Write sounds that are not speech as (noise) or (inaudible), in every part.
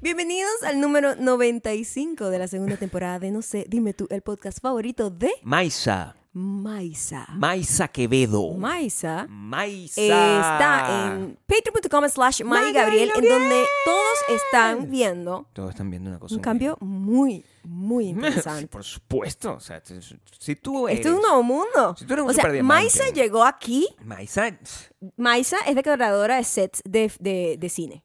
Bienvenidos al número 95 de la segunda temporada de No sé, dime tú, el podcast favorito de Maisa. Maisa. Maisa Quevedo. Maisa Maisa. está en patreon.com slash May Gabriel, en donde todos están viendo Todos están viendo una cosa. un que- cambio muy, muy (laughs) Sí, interesante. Por supuesto. O sea, t- si tú eres. Esto es un nuevo mundo. Si tú eres un o sea, superdiamante. Maisa llegó aquí. Maisa, pff, Maisa es decoradora de sets de, de- de cine.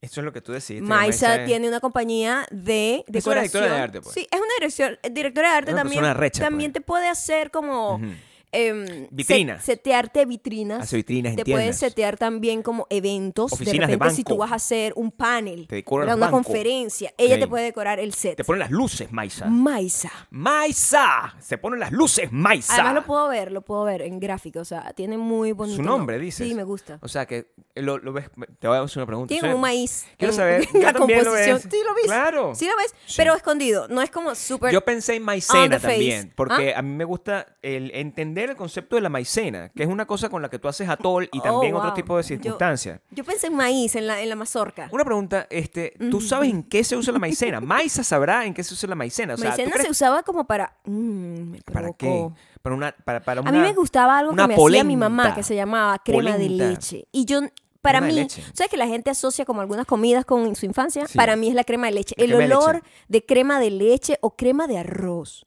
eso es lo que tú decidiste. que Maisa es- tiene una compañía de decoración. Es una directora de arte, pues. Sí, es una dirección- directora de arte Es una también. persona recha, también pues. te puede hacer como Ujú. em, Vitrinas. se- setearte vitrinas. Hace vitrinas en te puedes tiendas. setear también como eventos. Oficinas de de repente, si tú banco. vas a hacer un panel, Te decora ¿verdad? el una banco. conferencia, ella Sí. te puede decorar el set. Te ponen las luces, Maisa. Maisa. Maisa. Se ponen las luces, Maisa. Además lo puedo ver, lo puedo ver en gráfico, o sea, tiene muy bonito. Su nombre, dices. Sí, me gusta. O sea, que lo, lo ves. Te voy a hacer una pregunta. Tiene O sea, como un maíz. Quiero en- saber. en (laughs) yo la también lo composición. ves. sí, lo ves. Claro. Sí, lo ves, Sí. pero escondido. No es como súper. Yo pensé en maicena on the face. Ah. también, porque a mí me gusta el entender el concepto de la maicena, que es una cosa con la que tú haces atol y Oh, también otro wow. tipo de Yo- circunstancias. Yo pensé en maíz, en la, en la mazorca. Una pregunta, este, ¿tú sabes en qué se usa la maicena? Maisa sabrá en qué se usa la maicena. O sea, ¿tú maicena crees- se usaba como para. mm, me ¿Para qué? provocó. Para una, para, para a mí una- me gustaba algo que una me hacía mi mamá polenta. que se llamaba crema Polenta. de leche. Y yo, para Crema de mí, leche. ¿sabes que la gente asocia como algunas comidas con su infancia? Sí. Para mí es la crema de leche. La el crema de olor de, leche. crema de leche o crema de arroz.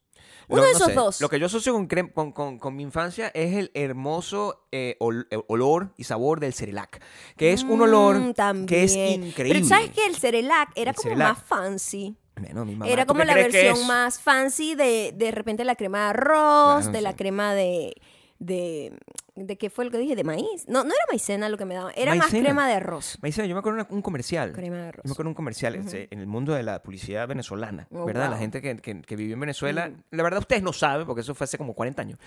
Uno Lo- de no esos sé, dos. Lo que yo asocio con, crem- con, con- con mi infancia es el hermoso eh, ol- eh, olor y sabor del cerelac, que es un olor Mm, que es también. increíble. Pero ¿sabes que El Cerelac era El como Cerelac. más fancy. Bueno, mi mamá, era ¿tú como qué la crees que versión es? más fancy de de repente la crema de arroz, Claro, de la sí. crema de de de qué fue lo que dije de maíz. No, no era maicena lo que me daba, era más Maicena. crema de arroz. Me dice, yo me acuerdo de una- un comercial. Crema de arroz. Yo me acuerdo de un comercial este, en el mundo de la publicidad venezolana, Oh, ¿verdad? wow. Mm. La gente que, que- que vivió en Venezuela, la verdad ustedes no saben porque eso fue hace como (laughs) 40 años.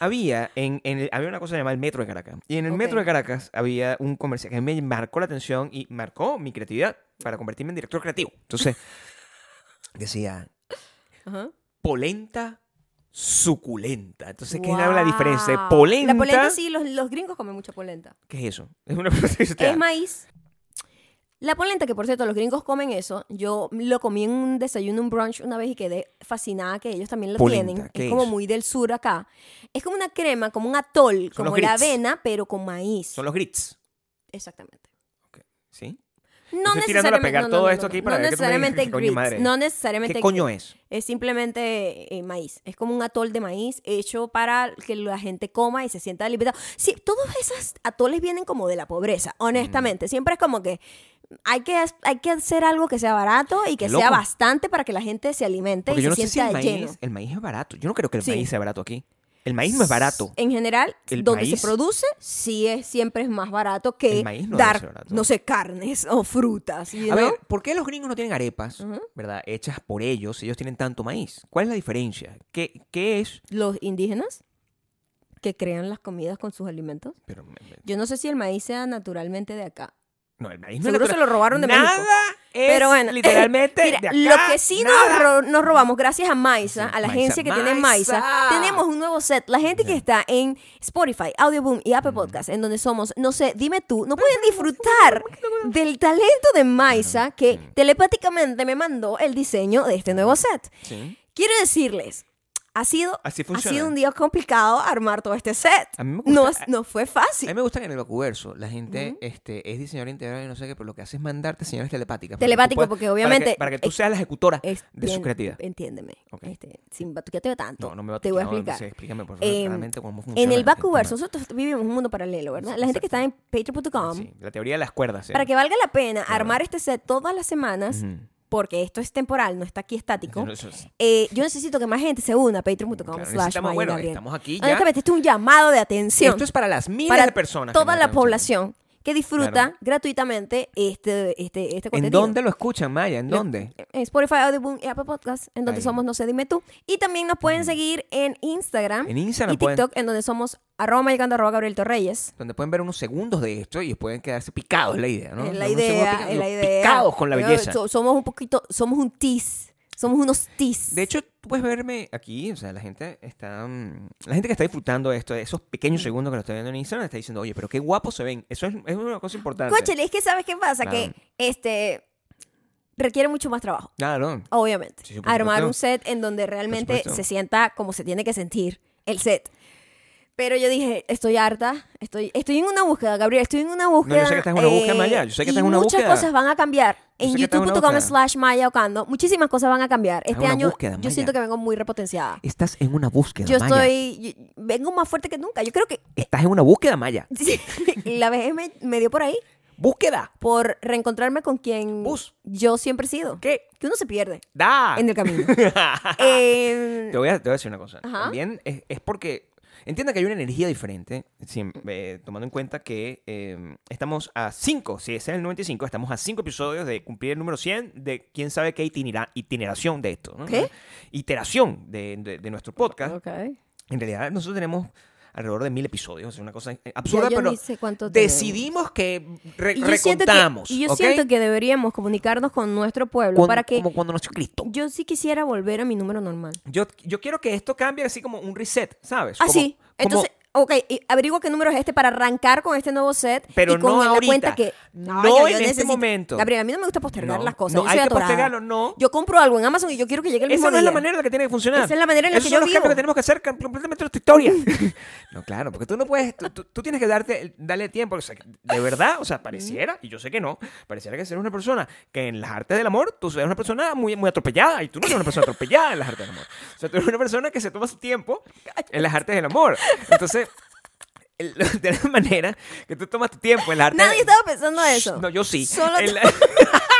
había, en, en el- había una cosa llamada el Metro de Caracas. Y en el Metro Ok. de Caracas había un comercial que me marcó la atención y marcó mi creatividad para convertirme en director creativo. (laughs) Entonces, decía, Ajá. polenta suculenta. Entonces, ¿qué era Guau. la diferencia? de Polenta, La polenta sí, los, los gringos comen mucha polenta. ¿Qué es eso? Es una (laughs) publicidad. Es maíz. La polenta, que por cierto, los gringos comen eso. Yo lo comí en un desayuno, un brunch una vez y quedé fascinada que ellos también lo Polenta, tienen. ¿qué Es como es? muy del sur acá. Es como una crema, como un atol, Son los como la grits. avena, pero con maíz. Son los grits, Exactamente. ¿sí? No Estoy tirándole a necesariamente. pegar no, no, todo no, esto no, aquí no. para no ver que tú me digas necesariamente qué coño grits, madre. No necesariamente ¿Qué grits. coño es? Es simplemente eh, maíz. Es como un atol de maíz hecho para que la gente coma y se sienta alimentada. Sí, todos esos atoles vienen como de la pobreza, honestamente. Siempre es como que hay que, hay que hacer algo que sea barato y que Qué sea loco. bastante para que la gente se alimente Porque y yo se no sé si sienta el maíz, lleno. el maíz es barato. Yo no creo que el Sí. maíz sea barato aquí. El maíz no es barato. En general, El donde maíz- se produce, sí es siempre es más barato que El maíz no debe dar, ser barato. no sé, carnes o frutas. you A know? ver, ¿por qué los gringos no tienen arepas, verdad? Hechas por ellos, ellos tienen tanto maíz. ¿Cuál es la diferencia? ¿Qué, qué es? Los indígenas que crean las comidas con sus alimentos. Pero, me- me- Yo no sé si el maíz sea naturalmente de acá. no, el maíz no es Seguro se natural. lo robaron de Nada México. es literalmente (laughs) mira, de acá, lo que sí nos, nada. ro- nos robamos gracias a Maisa, Sí, a la Maisa, agencia que tiene Maisa. Maisa, tenemos un nuevo set. La gente que está en Spotify, Audioboom y Apple Podcast, en donde somos, no sé, dime tú, no pueden disfrutar del talento de Maisa que telepáticamente me mandó el diseño de este nuevo set. Sí. Quiero decirles, ha sido, Así ha funciona. sido un día complicado armar todo este set. A mí me gusta- No, es- no fue A mí fácil. me gusta que en el vacuverso la gente este, es diseñadora integral y no sé qué, pero lo que hace es mandarte señales telepáticas. para que tú Telepático, puedas- porque para que- obviamente- Para que, tú seas la ejecutora Es de bien- su creatividad. Este, Entiéndeme. Ok. Este, sin batuqueateo tanto. No, no me va Te voy a tutear, no sé, explicar. explícame, por favor, Eh, claramente cómo funciona. en el la- Bacuverso, nosotros vivimos un mundo paralelo, ¿verdad? La gente que está en patreon.com, Ah, Sí, la teoría de las cuerdas. ¿eh? sí. para que valga la pena armar este set todas las semanas, Ujú. porque esto es temporal, no está aquí estático. No, eso es- eh, yo necesito que más gente se una a patreon.com Claro, slash necesitamos- Maya bueno, Gabriel. estamos aquí ya. Honestamente, esto es un llamado de atención Esto es para las miles para de personas. que toda nos la están población que disfruta Claro. gratuitamente este, este, este escuchando. ¿En contenido. dónde lo escuchan, Maya? ¿En dónde? en Spotify, Audioboom y Apple Podcast, en donde Ahí. somos No sé, dime tú. Y también nos pueden seguir en Instagram En Instagram y pueden- TikTok, en donde somos arroba mayocando, arroba Gabriel Torreyes. Donde pueden ver unos segundos de esto y pueden quedarse picados, es la idea, Ah, ¿no? Es Eh, la Unos segundos idea, picados, es la digo, idea. Picados con la Yo- belleza. so- somos un poquito, somos un tis, somos unos tis. De hecho, tú puedes verme aquí, o sea, la gente está, mm, la gente que está disfrutando de esto, de esos Mm. pequeños segundos que lo estoy viendo en Instagram, está diciendo, oye, pero qué guapos se ven. Eso es, es una cosa importante. Cóchale, es que sabes qué pasa, Claro. que este requiere mucho más trabajo, Claro. obviamente. Sí, sí, por Armar supuesto. un set en donde realmente supuesto. se sienta como se tiene que sentir el set. Pero yo dije, estoy harta, estoy, estoy en una búsqueda, Gabriel, estoy en una búsqueda. eh, que estás en una búsqueda, Maya, yo sé y que estás en una muchas búsqueda. cosas van a cambiar. Yo En sé que estás en una youtube.com búsqueda. slash Maya Ocando, muchísimas cosas van a cambiar. Este una año búsqueda, yo Maya. siento que vengo muy repotenciada. Estás en una búsqueda, Yo Maya. estoy, yo- vengo más fuerte que nunca. Yo creo que (laughs) Estás en una búsqueda, Maya. Sí, la vejez me, me dio por ahí, ¡Búsqueda! por reencontrarme con quien Bus. yo siempre he sido. ¿Qué? Ah. Que uno se pierde ¡Da! en el (laughs) camino. Eh, Te voy, a, te voy a decir una cosa. Ajá. También es, es porque entienda que hay una energía diferente, siem- Mm. eh, tomando en cuenta que eh, estamos a 5, si es en el 95, estamos a 5 episodios de cumplir el número 100 de quién sabe qué itinera- itineración de esto. ¿no? ¿Qué? Iteración de, de- de nuestro podcast. ok. En realidad, nosotros tenemos alrededor de mil episodios, es una cosa eh, absurda, yo pero ni sé cuánto tenemos. decidimos que re- Y yo siento que- recontamos. Y yo ¿ok? siento que deberíamos comunicarnos con nuestro pueblo Cuando- para que Como cuando nació Cristo. yo sí quisiera volver a mi número normal. Yo, yo quiero que esto cambie así como un reset, ¿sabes? Ah, Como- sí. como- Entonces, ok, y averiguo qué número es este para arrancar con este nuevo set. Pero y con no la ahorita. cuenta que. No yo- yo en este necesito- momento. Gabriel, a mí no me gusta postergar No, las cosas. no, yo hay soy que atorada. postergarlo, no. Yo compro algo en Amazon y yo quiero que llegue el mismo Esa no es la día. manera en la que tiene que funcionar. Esa es la manera en la Esos que son yo los cambios vivo. que tenemos que hacer cam- completamente nuestra historia. (laughs) no, claro, porque tú no puedes, tú, tú- tú tienes que darte, darle tiempo. O sea, que de verdad, o sea, pareciera, y yo sé que no, pareciera que eres una persona que en las artes del amor tú eres una persona muy, muy atropellada y tú no eres una persona atropellada en las artes del amor. O sea, tú eres una persona que se toma su tiempo en las artes del amor. Entonces, el- (laughs) de la manera que tú tomas tu tiempo en las artes Nadie estaba pensando Shh, eso. No, yo sí. Solo El- tú. (laughs)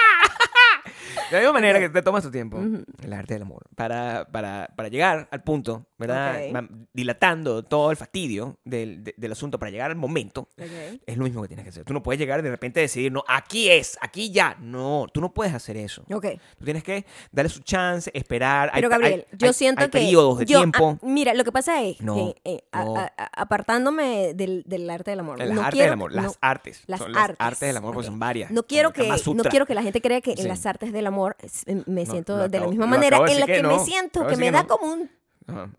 De la misma manera que te tomas tu tiempo, el arte del amor, para, para, para llegar al punto, ¿verdad? Ok. Ma- Dilatando todo el fastidio del, de- del asunto para llegar al momento, Ok. es lo mismo que tienes que hacer. Tú no puedes llegar y de repente decidir, no, aquí es, aquí ya. No, tú no puedes hacer eso. Ok. Tú tienes que darle su chance, esperar. hay- Pero Gabriel, hay- yo hay- siento hay que. periodos de yo- tiempo. ah, mira, lo que pasa es No, que eh, a- no. a- a- apartándome del, del arte del amor. Las no artes quiero del amor, que- las no- artes. las son artes. Las artes del amor, pues Ok. son varias. No quiero, como el que, Kama no Sutra. quiero que la gente crea que en Sí. las artes del amor es- eh, me No, siento lo de la acabo- misma lo manera acabo de en la decir que, que me no, siento, acabo que de me decir que da no. como un, Ajá.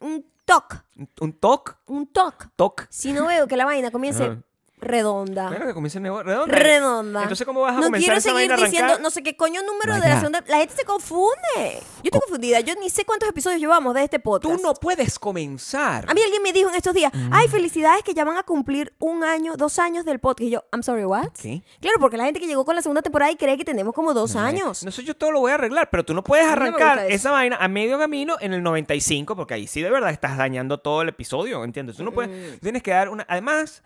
un toc, Un- Un toc, un toc. toc. Si no veo que la vaina comience Ajá. redonda. Claro que comience nuevo- redonda. Ah. redonda. Entonces, ¿cómo vas a no comenzar quiero esa seguir vaina a diciendo, arrancar? no sé qué coño número de Vaya. relación de... La gente se confunde. Yo estoy confundida. Yo ni sé cuántos episodios llevamos de este podcast. Tú no puedes comenzar. A mí alguien me dijo en estos días, Mm. ay, felicidades que ya van a cumplir un año, dos años del podcast. Y yo, I'm sorry, what? ¿Qué? Claro, porque la gente que llegó con la segunda temporada y cree que tenemos como dos No, años. No sé, yo todo lo voy a arreglar, pero tú no puedes A mí no me arrancar gusta eso. esa vaina a medio camino en el 95, porque ahí sí de verdad estás dañando todo el episodio, ¿entiendes? Tú no Mm. puedes, tú tienes que dar una... Además,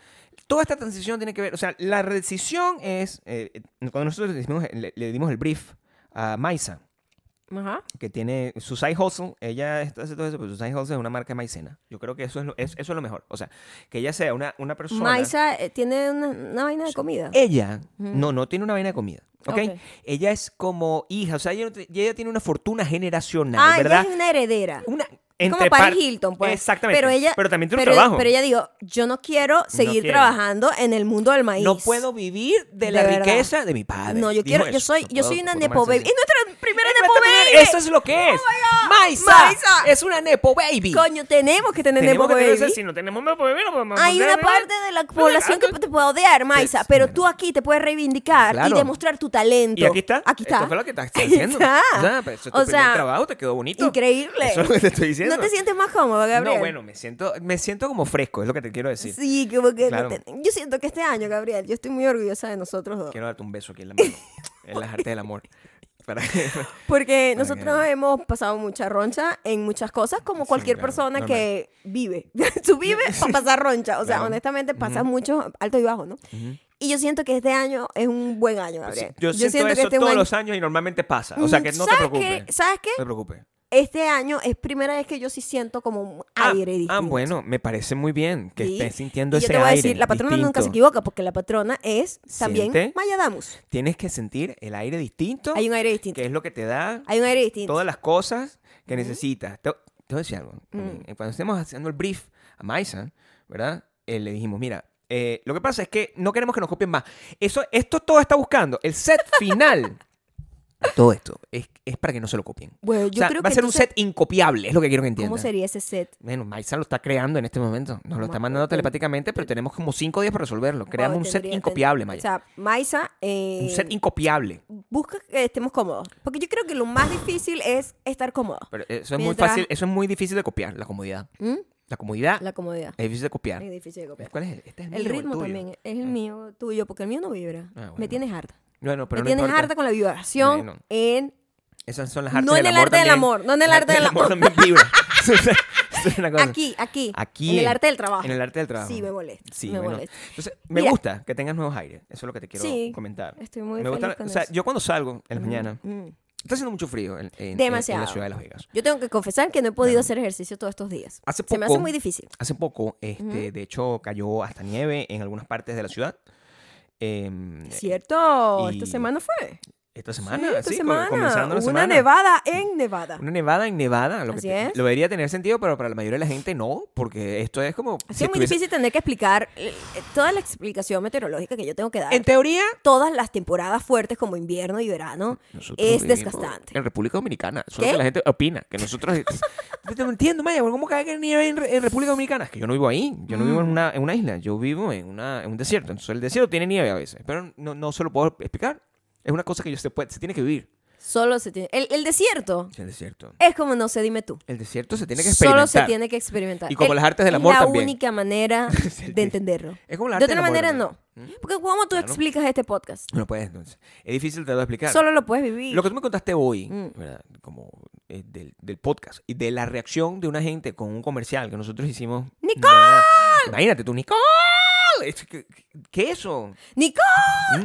toda esta transición tiene que ver, o sea, la decisión es, eh, cuando nosotros le, dimos- le- le dimos el brief a Maisa, Ajá. que tiene su side hustle, ella está- hace todo eso, pero su side hustle es una marca de maicena. Yo creo que eso es lo, es- eso es lo mejor. O sea, que ella sea una, una persona... Maisa eh, tiene una, una vaina de comida. Ella no, no tiene una vaina de comida. ¿ok? Ok. Ella es como hija, o sea, ella, no te- ella tiene una fortuna generacional, ah, ¿verdad? ella es una heredera. Una, como entre Paris par- Hilton, pues. Exactamente. Pero ella. también tiene pero- un trabajo. Pero ella dijo: Yo no quiero seguir quiero. trabajando en el mundo del maíz. no puedo vivir de, la De verdad. riqueza de mi padre. No, yo Dijo quiero. eso. Yo soy, No yo puedo- soy una puedo Nepo más Baby. así. ¡Es nuestra primera Esta Nepo primera- Baby! Oh Eso es lo que es. God. Maisa, Maisa. es una Nepo Baby. Coño, tenemos que tener Nepo tenemos que tener- Baby. si no tenemos Nepo Baby, no podemos Hay una tener- parte de la población que te puede odiar, Maisa, Sí, pero bueno. tú aquí te puedes reivindicar y Claro. demostrar tu talento. Y aquí está. Aquí está. Esto fue lo que (laughs) estás Aquí haciendo. está. O sea, pues, eso es tu O primer sea, trabajo, te quedó bonito. Increíble. Eso es lo que te estoy diciendo. ¿No te sientes más cómodo, Gabriel? No, bueno, me siento, me siento como fresco, es lo que te quiero decir. Sí, como que no Claro. te- yo siento que este año, Gabriel, yo estoy muy orgullosa de nosotros dos. Quiero darte un beso aquí en la (laughs) mano. en las artes del amor. Para (laughs) que- Porque Para nosotros que- hemos pasado mucha roncha en muchas cosas, como Sí, cualquier claro, persona que vive. (laughs) Tú vives para pasar roncha. O sea, Claro. honestamente pasas muchos altos y bajos, ¿no? Y yo siento que este año es un buen año, Gabriel. Pues yo, siento, eso este es un todos año- los años y normalmente pasa. O sea que no te Mm, ¿Sabes preocupes. Qué? ¿Sabes qué? No te preocupes. Este año es primera vez que yo sí siento como un aire distinto. ah, bueno, me parece muy bien que ¿sí? estés Y sintiendo ese yo te voy a decir, aire la patrona nunca se distinto. equivoca porque la patrona es también Siente. Maya Damus. Tienes que sentir el aire distinto, Hay un aire distinto. que es lo que te da Hay un aire distinto. todas las cosas que necesitas. Te, te voy a decir Mm. algo. también. Eh, Cuando estemos haciendo el brief a Maisa, ¿verdad? Eh, le dijimos, mira, eh, lo que pasa es que no queremos que nos copien más. Eso, esto todo está buscando. El set (laughs) final. todo esto es, es para que no se lo copien. Bueno, O yo sea, creo va que a ser entonces, un set incopiable, es lo que quiero que entiendan. ¿Cómo sería ese set? Bueno, Maisa lo está creando en este momento. Nos lo está Ma- mandando telepáticamente, pero tenemos como cinco días para resolverlo. Creamos Wow, un set tendría- incopiable, ten- Maya. O sea, Maisa. eh, un set incopiable. busca que estemos cómodos. Porque yo creo que lo más difícil es estar cómodo. Pero eso es muy Mientras- fácil, eso es muy difícil de copiar, la comodidad. ¿Mm? La comodidad La comodidad. Ah. es difícil de copiar. Es difícil de copiar. ¿Cuál es? el- Este es el, El mío o el ritmo tuyo? también es el mío, tuyo, porque el mío no vibra. Ah, bueno. Me tienes harta. Bueno, pero Me no tienes importa. harta con la vibración Bueno. en Esas son las artes No en del el amor arte del también. amor, no en el arte del amor. también (laughs) (laughs) vibra. Es una cosa. aquí, aquí, Aquí, en el en- arte del trabajo. En el arte del trabajo. Sí, me molesta. Sí, me bueno. molesta. Entonces, me Mira. gusta que tengas nuevos aires. Eso es lo que te quiero Sí, comentar. Estoy muy me feliz gusta, con o sea, eso. yo cuando salgo en la mañana, Mm. está haciendo mucho frío en, en- en- en Demasiado. la ciudad de Las Vegas. Yo tengo que confesar que no he podido hacer ejercicio todos estos días. Hace Se me poco- hace muy difícil. Hace poco, este, de hecho, cayó hasta nieve en algunas partes de la ciudad. Em, ¿Cierto? y- Esta semana fue. Esta semana, Sí, esta sí, co- semana. comenzando la Una semana. nevada en Nevada. Una nevada en Nevada, lo, que Así te- es. lo debería tener sentido, pero para la mayoría de la gente no, porque esto es como... Ha si sido muy estuviese- difícil tener que explicar eh, toda la explicación meteorológica que yo tengo que dar. En teoría, todas las temporadas fuertes como invierno y verano Nosotros es vivimos desgastante. En República Dominicana. Solo ¿Qué? que la gente opina. Que nosotros. (laughs) Yo no entiendo, Maya, ¿cómo cae que nieve en, en República Dominicana? Es que yo no vivo ahí. Yo no vivo en una, en una isla. Yo vivo en, una, en un desierto. Entonces el desierto tiene nieve a veces. Pero no, no se lo puedo explicar. Es una cosa que yo se, puede, se tiene que vivir. Solo se tiene... El, el desierto El desierto. es como no sé, dime tú. El desierto se tiene que Solo experimentar. se tiene que experimentar. Y como El- las artes del amor la también. única manera (laughs) Sí. de entenderlo. Es como la de arte otra del amor manera también. ¿Mm? no. Porque ¿cómo tú explicas este podcast? No puedes, entonces. Es difícil te lo explicar. Solo lo puedes vivir. Lo que tú me contaste hoy, Mm. ¿verdad? Como eh, del, del podcast y de la reacción de una gente con un comercial que nosotros hicimos. ¡Nicole! Imagínate tú, Nicole. Es que- ¿Qué eso? ¡Nico!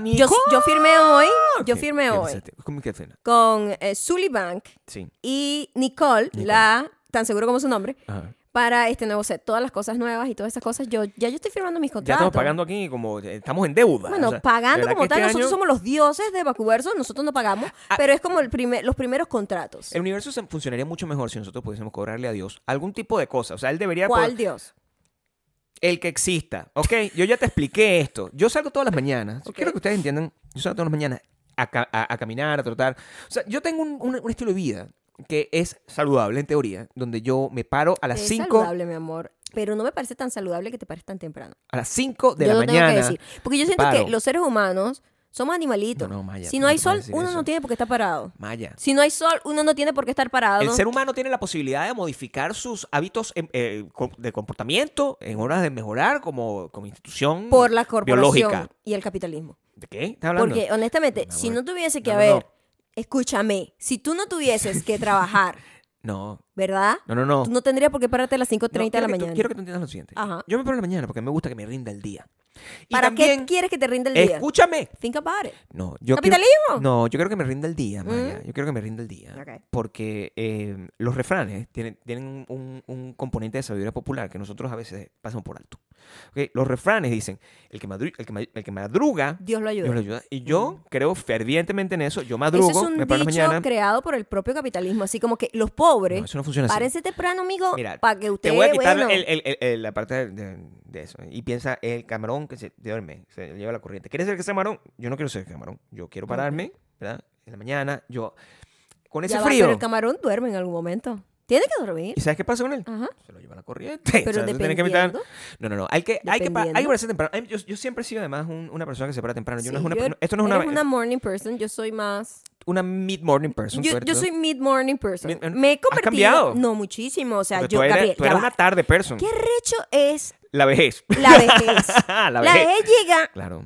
Nicole. Yo, yo firmé hoy, yo ¿Qué- firmé qué hoy pensaste? ¿Cómo que cena? con eh, Sully Bank Sí. y Nicole, Nicole. la tan seguro como su nombre, Ajá. para este nuevo set. Todas las cosas nuevas y todas esas cosas, yo ya yo estoy firmando mis Ya contratos. estamos pagando aquí como eh, estamos en deuda. Bueno, o sea, pagando ¿verdad como que tal, este nosotros año Ah. somos los dioses de Vacuverso, nosotros no pagamos, pero es como el primer, los primeros contratos. El universo se- funcionaría mucho mejor si nosotros pudiésemos cobrarle a Dios algún tipo de cosa. O sea, él debería... ¿Cuál poder- dios? El que exista, ¿ok? Yo ya te expliqué esto. Yo salgo todas las mañanas. Yo Ok. Quiero que ustedes entiendan. Yo salgo todas las mañanas a, ca- a- a caminar, a trotar. O sea, yo tengo un, un- un estilo de vida que es saludable en teoría, donde yo me paro a las es 5 saludable, mi amor, pero no me parece tan saludable que te pares tan temprano. a las 5 de yo la lo mañana. tengo que decir. Porque yo siento paro. que los seres humanos somos animalitos. No, no, Maya, si tú no no hay puedes sol, decir uno eso. no tiene por qué estar parado. Maya. Si no hay sol, uno no tiene por qué estar parado. El ser humano tiene la posibilidad de modificar sus hábitos em, eh, com- de comportamiento en horas de mejorar como, como institución por la corporación biológica. y el capitalismo. ¿De qué? ¿Estás hablando? Porque honestamente, Mi si amor. no tuviese que No, no, haber, no. escúchame, si tú no tuvieses (laughs) que trabajar, No, ¿verdad? no, no, no. Tú no tendrías por qué pararte a las 5.30 No, de quiero la que tú- mañana. quiero que tú entiendas lo siguiente. Ajá. Yo me paro en la mañana porque me gusta que me rinda el día. Y ¿Para también, qué quieres que te rinda el día? Escúchame. Think about it. No, yo Quiero, ¿Capitalismo? Mm. no, yo creo que me rinda el día, Maya. Yo creo que me rinda el día. Ok. Porque eh, los refranes tienen, tienen un, un componente de sabiduría popular que nosotros a veces pasamos por alto. Ok, Los refranes dicen, el que, madru- el que, ma- el que madruga, Dios lo ayuda. Mm. Dios lo ayuda. Y yo creo fervientemente en eso. Yo madrugo, Eso es un me paro en la dicho mañana. creado por el propio capitalismo, así como que los pobres, No, eso no funciona así. párese temprano, amigo, Mira, para que usted, Te voy a quitar bueno, el- el- el- el- la parte de, de- de eso. Y piensa, el camarón que se duerme, se lleva la corriente. ¿Quieres ser que sea camarón? Yo no quiero ser camarón. Yo quiero pararme, ¿verdad? En la mañana, yo. Con ese ya va, frío. pero el camarón duerme en algún momento. Tiene que dormir. ¿Y sabes qué pasa con él? Ajá. Se lo lleva la corriente. Pero (laughs) O sea, tú tienes que meter- dependiendo. No, no, no. Hay que, hay que, pa- hay que Dependiendo. pararse temprano. Ay, Yo, yo siempre he sido, además, un- una persona que se para temprano. Yo no es Sí, una, yo- no- esto no es una, eres una morning person, yo soy más... una mid-morning person. tú Yo, eres yo tú. soy mid morning person. Mid- Me he ¿Has convertido... cambiado? No, muchísimo. O sea, Porque yo... tú eres, Gabriel, tú ya eres va. una tarde person. ¿Qué recho es La vejez. (laughs) la vejez? la la vejez. vejez llega Claro.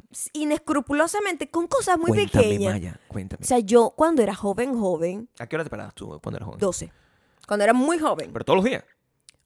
inescrupulosamente con cosas muy cuéntame, pequeñas. Maya, cuéntame. O sea, yo cuando era joven, joven, ¿A qué hora te parabas tú cuando eras joven? 12. Cuando era muy joven. pues. Pero todos los días.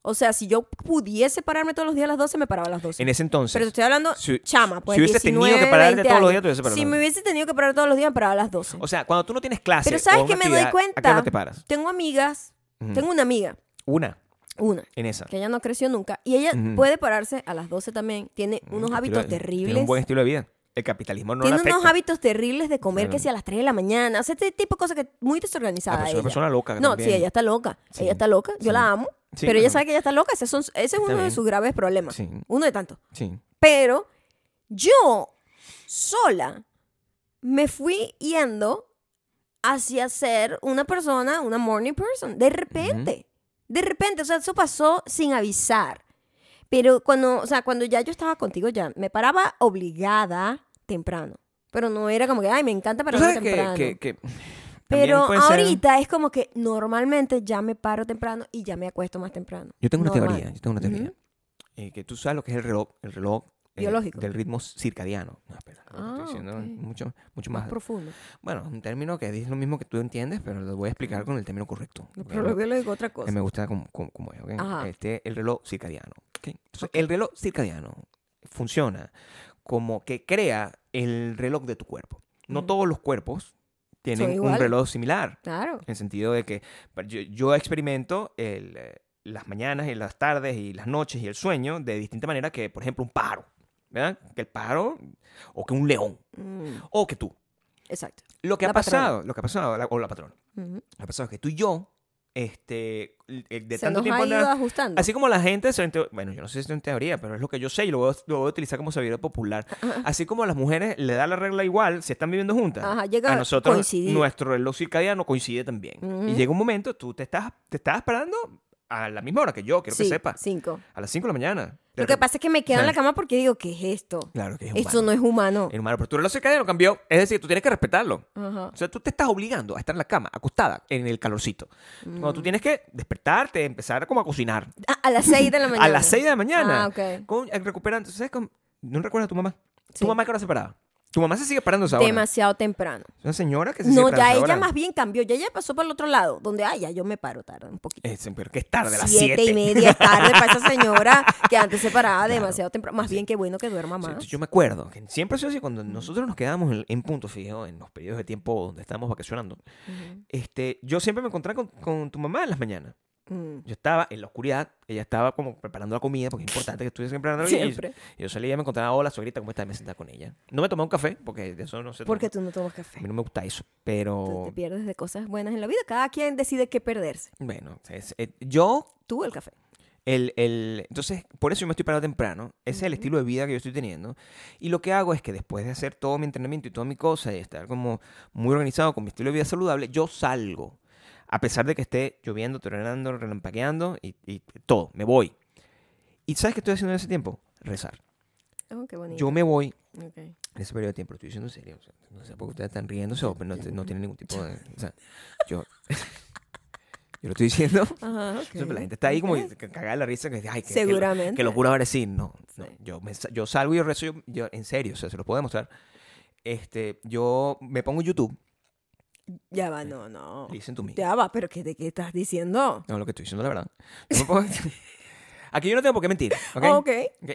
O sea, si yo pudiese pararme todos los días a las 12, me paraba a las 12. En ese entonces. Pero te estoy hablando si- chama, pues si hubiese tenido que 19, pararte 20 todos los años. días, te hubiese parado. Si me hubiese tenido que parar todos los días, me paraba a las 12. O sea, cuando tú no tienes clase. Pero ¿sabes o una qué me doy actividad, ¿A qué cuenta? hora te paras? Tengo amigas, Ujú. tengo una amiga, Una una, en esa. que ella no creció nunca, y ella Ujú. Mm, puede pararse a las 12 también. Tiene unos Un hábitos estilo de- Tiene terribles. un buen estilo de vida. El capitalismo no tiene la afecta. unos hábitos terribles de comer Claro. que si a las 3 de la mañana, hace este tipo de cosas que muy desorganizada. Ah, pero es una ella. persona loca No, también. sí, ella está loca. Sí. Ella está loca, yo Sí. la amo, Sí, pero claro. ella sabe que ella está loca, ese, son- ese es uno de bien. sus graves problemas. Sí. Uno de tantos. Sí. Pero yo sola me fui yendo hacia ser una persona, una morning person. De repente. De repente. O sea, eso pasó sin avisar. Pero cuando, o sea, cuando ya yo estaba contigo, ya me paraba obligada temprano. Pero no era como que, ay, me encanta Tú pararme sabes que- temprano. que, que también Pero puede ser- ahorita es como que normalmente ya me paro temprano y ya me acuesto más temprano. Yo tengo una Normal. teoría, yo tengo una teoría. Ujú. eh, que tú sabes lo que es el reloj, el reloj eh, Biológico. del ritmo circadiano. No, espera, lo que Ah, estoy diciendo ok. es mucho, mucho Más más. profundo. Bueno, es un término que dice lo mismo que tú entiendes, pero lo voy a explicar con el término correcto. No, porque Pero no- luego le digo otra eh, cosa. me gusta como, como- como es, ¿ok? Ajá. Este, el reloj circadiano. ¿ok? Entonces, Ok. El reloj circadiano funciona como que crea el reloj de tu cuerpo. No Ujú. todos los cuerpos tienen un iguales. reloj similar. Claro. En el sentido de que pa- yo, yo experimento el, eh, las mañanas y las tardes y las noches y el sueño de distinta manera que, por ejemplo, un pájaro. ¿Verdad? Que el pájaro, o que un león, Mm, o que tú. exacto. Lo que La ha patrona. pasado, lo que ha pasado, la- o la patrona. Ujú. Lo que ha pasado es que tú y yo, este, l- eh, de Se tanto nos tiempo ha ido andar- ajustando. Así como la gente, se- en teo- bueno, yo no sé si es en teoría, pero es lo que yo sé y lo voy a, lo voy a utilizar como sabiduría (laughs) popular. Así como a las mujeres le da la regla igual, se están viviendo juntas. Ajá, llega a a nosotros, coincidir. nuestro reloj circadiano coincide también. Ujú. Y llega un momento, tú te estás, te estás parando a la misma hora que yo, quiero sí, que sepas, Cinco. a las 5 de la mañana. De Lo que rep- pasa es que me quedo en la Claro. cama porque digo, ¿qué es esto? Claro que es humano. Esto no es humano. Es humano, pero tu reloj circadiano cambió. Es decir, tú tienes que respetarlo. Ajá. O sea, tú te estás obligando a estar en la cama, acostada, en el calorcito. Cuando Mm. tú tienes que despertarte, empezar como a cocinar. Ah, A, las seis de la mañana. (laughs) A las 6 de la mañana. Ah, ok. Con- eh, recuperando. ¿Sabes cómo? No recuerdas a tu mamá. Sí. ¿Tu mamá que ahora se paraba? Tu mamá se sigue parando a esa hora. Demasiado temprano. Es Una señora que se sigue No, parando a ya esa ella hora. más bien cambió. Ya ella pasó para el otro lado, donde, ay, ya yo me paro tarde un poquito. Es- pero que es tarde, a las 7. siete y media es tarde para esa (laughs) señora que antes se paraba demasiado temprano. Más bien, qué bueno que duerma más. yo me acuerdo que siempre ha sido así. Cuando nosotros nos quedábamos en, en punto fijo, en los periodos de tiempo donde estábamos vacacionando, este, yo siempre me encontraba con, con tu mamá en las mañanas. Ujú. Mm. Yo estaba en la oscuridad, ella estaba como preparando la comida, porque es importante que estuvies siempre preparando la comida. Y- Siempre. Y yo salía y me encontraba, hola, suegrita, ¿cómo estás? Y Me sentaba con ella. No me tomaba un café, porque de eso no se Porque toma. tú no tomas A café. mí no me gusta eso, Tú pero... te pierdes de cosas buenas en la vida. Cada quien decide qué perderse. Bueno, es- eh, yo, Tú el café. el, el- entonces, por eso yo me estoy parando temprano. Ese es el estilo de vida que yo estoy teniendo. Y lo que hago es que después de hacer todo mi entrenamiento y toda mi cosa y estar como muy organizado con mi estilo de vida saludable, yo salgo. A pesar de que esté lloviendo, tornando, relampagueando y, y todo, me voy. ¿Y sabes qué estoy haciendo en ese tiempo? Rezar. Oh, qué bonito. Yo me voy Ok. en ese periodo de tiempo, lo estoy diciendo en serio. o sea, no sé por qué ustedes están riéndose, o- pero no, te- no tienen ningún tipo de. O sea, yo. (laughs) yo lo estoy diciendo. Ajá, ok. La gente está ahí como que cagada de la risa. Que, dice, Ay, que, Seguramente. Que, locura va a decir. No, no. Sí. Yo, me sa- yo salgo y yo rezo. Yo, yo- en serio, o sea, se lo puedo demostrar. Este, yo me pongo YouTube. Ya va, no, no. Listen to me. Oh, Ya va, pero ¿qué, ¿de qué estás diciendo? No, lo que estoy diciendo, la verdad. Yo me pongo- (laughs) Aquí yo no tengo por qué mentir. ¿ok? Ah, Ok,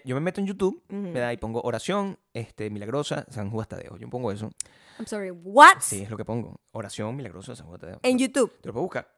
Yo me meto en YouTube. Ujú. me da Y pongo oración, este, milagrosa, San Juan Tadeo. Yo pongo eso. I'm sorry, what? Sí, es lo que pongo. Oración, milagrosa, San Juan Tadeo. Ah, En YouTube. Te lo puedo buscar.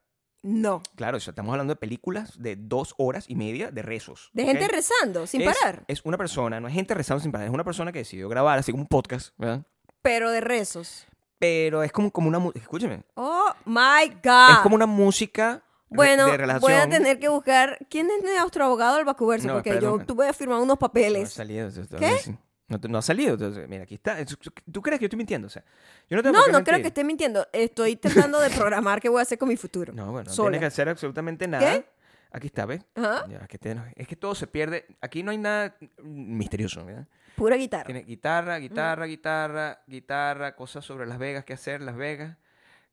No. Claro, o sea, estamos hablando de películas de dos horas y media de rezos. De ¿ok? gente rezando, sin Es- parar. Es una persona, no es gente rezando sin parar, es una persona que decidió grabar así como un podcast, ¿verdad? Pero de rezos. Pero es como, como una... mu- Escúchame. Oh my God. Es como una música re- Bueno, de relajación. voy a tener que buscar. ¿Quién es nuestro abogado del Bacuverso? No, Porque espera, yo no. tuve que firmar unos No ha papeles. salido. esto- esto- ¿Qué? sí. No, te- no ha salido. entonces, Mira, aquí está. Es- ¿Tú crees que yo estoy mintiendo? O sea, yo no tengo No, por qué no creo mentir. que esté mintiendo. Estoy tratando de programar qué voy a hacer con mi futuro. No, bueno, no Sola. tiene que hacer absolutamente nada. ¿Qué? Aquí está, ¿ves? Ajá. Ya, que te- Es que todo se pierde. Aquí no hay nada mm, misterioso, ¿verdad? Pura guitarra. Tiene guitarra, guitarra, guitarra, guitarra, cosas sobre Las Vegas que hacer, Las Vegas.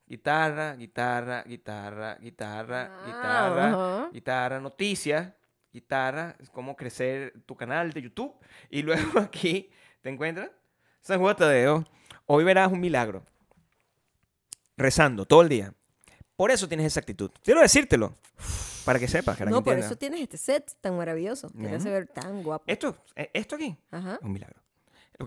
Guitarra, guitarra, guitarra, guitarra, Ah, guitarra, ajá. guitarra, noticias, guitarra, es cómo crecer tu canal de YouTube. Y (laughs) luego aquí te encuentras San Juan Tadeo. Hoy verás un milagro. Rezando todo el día. Por eso tienes esa actitud. Quiero decírtelo. Para que sepas, para que No, por entiendas. eso tienes este set tan maravilloso. Que te ¿Ah? Bueno. hace ver tan guapo. Esto, eh, esto aquí, Ajá. un milagro. Lo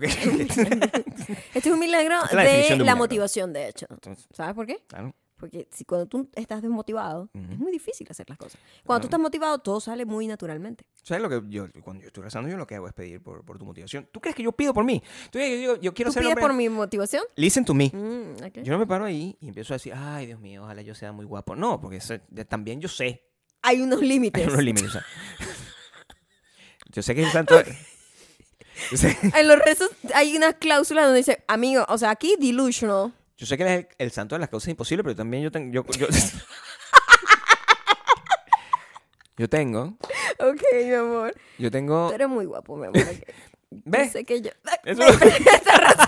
(laughs) que- Este es un milagro Esta es la de la definición de un milagro. motivación, de hecho. (laughs) Entonces, ¿Sabes por qué? claro. Porque si cuando tú estás desmotivado, es Ujú. Ah. muy difícil hacer las cosas. Cuando tú Claro. estás motivado, todo sale muy naturalmente. ¿Sabes lo que yo, cuando yo estoy rezando, yo lo que hago es pedir por, por tu motivación? ¿Tú crees que yo pido por mí? ¿Tú crees que yo, yo quiero ¿Tú ser el pides por hombre- mi motivación? Listen to me. Mm, ok. Yo no me paro ahí y empiezo a decir, ay, Dios mío, ojalá yo sea muy guapo. No, porque eso- de- también yo sé. Hay unos límites. Hay unos límites. o sea. (laughs) yo sé que es tanto... Yo sé, En los rezos hay unas cláusulas donde dice, amigo, o sea, aquí delusional. yo sé que él es el, el santo de las cosas imposibles, pero también yo tengo... Yo, yo, (laughs) yo tengo... Ok, mi amor. Yo tengo... (laughs) Tú eres muy guapo, mi amor. ok. Yo (laughs) ¿Ves? sé que yo... Eso- Esta razón.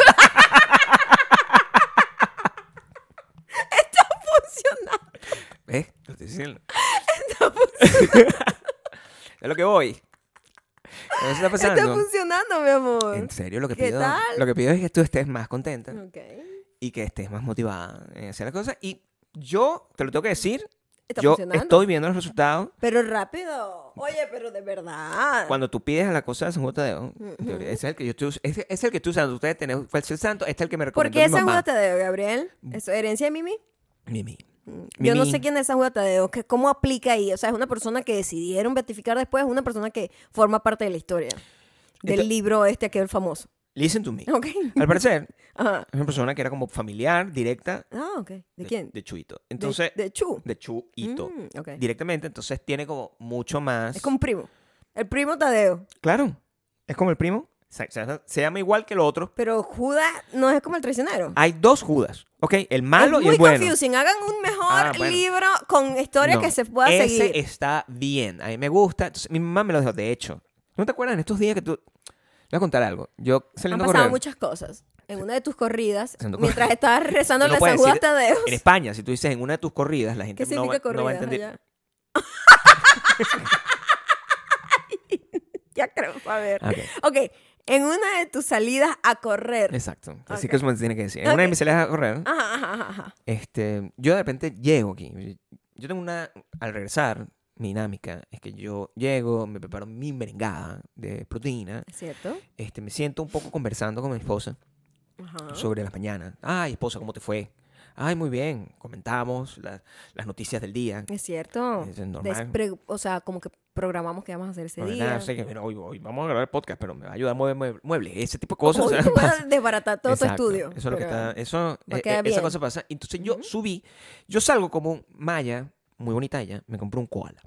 (laughs) Todo eso está Está pasando. funcionando, mi amor. En serio, lo que, ¿Qué pido, tal? Mm. lo que pido es que tú estés más contenta Ok. y que estés más motivada en hacer las cosas. Y yo te lo tengo que decir, Está yo funcionando. Ah. estoy viendo los resultados. Pero rápido. Oye, pero de verdad. Cuando tú pides a la cosa de San Juan Tadeo, Mm, en teoría, es el que yo estoy, us- es, es el que tú usando. Ustedes tienen cuál es el santo, este es el que me ¿Por recomendó qué mi San mamá. Judas Tadeo, Gabriel? ¿Es herencia de Mimi? Mimi. Mm, Yo no Mimi. sé quién es San Judas Tadeo, que- cómo aplica ahí. O sea, es una persona que decidieron beatificar después, es una persona que forma parte de la historia. Del Esta- libro este, aquel famoso. Listen to me. Ok. Al parecer, Ajá. es una persona que era como familiar, directa. Ah, ok. ¿De, quién? De Chuito. De- Entonces, De, Chu. de Chuito. Mm, ok. Directamente, entonces tiene como mucho más. Es como un primo. El primo Tadeo. Claro, es como el primo. Se, se- se llama igual que el otro. Pero Judas no es como el traicionero. Hay dos Judas, ¿ok? El Ah, malo es y muy el bueno. confusing. Hagan un mejor Ah, bueno. libro con historia No, que se pueda ese seguir. está bien, a mí me gusta. Entonces, mi mamá me lo dijo, de hecho. ¿No te acuerdas en estos días que tú... Te voy a contar algo. Yo Han saliendo a pasado correr muchas cosas. En una de tus corridas, Haciendo mientras (laughs) estabas rezando Tú no la San puedes Judas decir- Tadeo. (laughs) en España, si tú dices en una de tus corridas, la gente ¿Qué no, va, significa no va a corridas entender. allá? (laughs) ya creo saber. Ah, ok, (laughs) Ok, en una de tus salidas a correr. Exacto. Así Ok. que eso me tiene que decir. En una de Ok. Ah. mis salidas a correr, Ajá, ajá, ajá. este, yo de repente llego aquí. Yo tengo una, al regresar, mi dinámica es que yo llego, me preparo mi merengada de proteína, ¿Es cierto? este, me siento un poco conversando con mi esposa Ajá. sobre las mañanas. Ay, esposa, ¿cómo te fue? Ay, muy bien. Comentamos la- las noticias del día. Es cierto. Es normal. Despre- o sea, como que programamos que vamos a hacer ese No, día. nada, sé que, bueno, hoy, hoy vamos a grabar el podcast, pero me va a ayudar a mover mue- muebles, ese tipo de cosas. Como o sea, que (laughs) voy a pasa. (laughs) desbaratar todo Exacto, tu estudio. Eso es lo que pero- está. Eso, va a eh, quedar eh, bien. esa cosa pasa. Entonces yo subí, yo salgo como Maya, muy bonita ella, me compré un koala.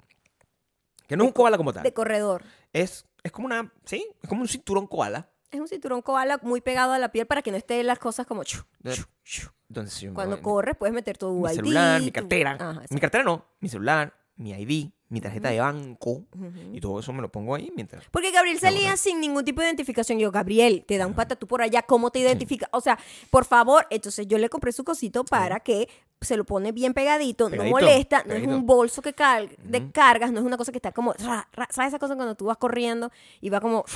Que no es un koala como tal. De corredor. Es, es como una, ¿sí? Es como un cinturón koala. Es un cinturón koala muy pegado a la piel para que no estén las cosas como chu, De- chu, chu. Entonces, yo me Cuando voy- corres puedes meter tu mi ID, celular, mi tu- cartera. Ajá, mi exacto. cartera no, mi celular, mi ID, mi tarjeta de banco. Ujú. Y todo eso me lo pongo ahí mientras. Porque Gabriel salía sin ningún tipo de identificación. Yo, Gabriel, te da un patatú por allá, ¿cómo te identifica? O sea, por favor, entonces yo le compré su cosito para que se lo pone bien pegadito, no Pegadito, molesta, no pegadito. es un bolso que cal de cargas, no es una cosa que está como, ra, ra. ¿sabes esa cosa cuando tú vas corriendo y va como,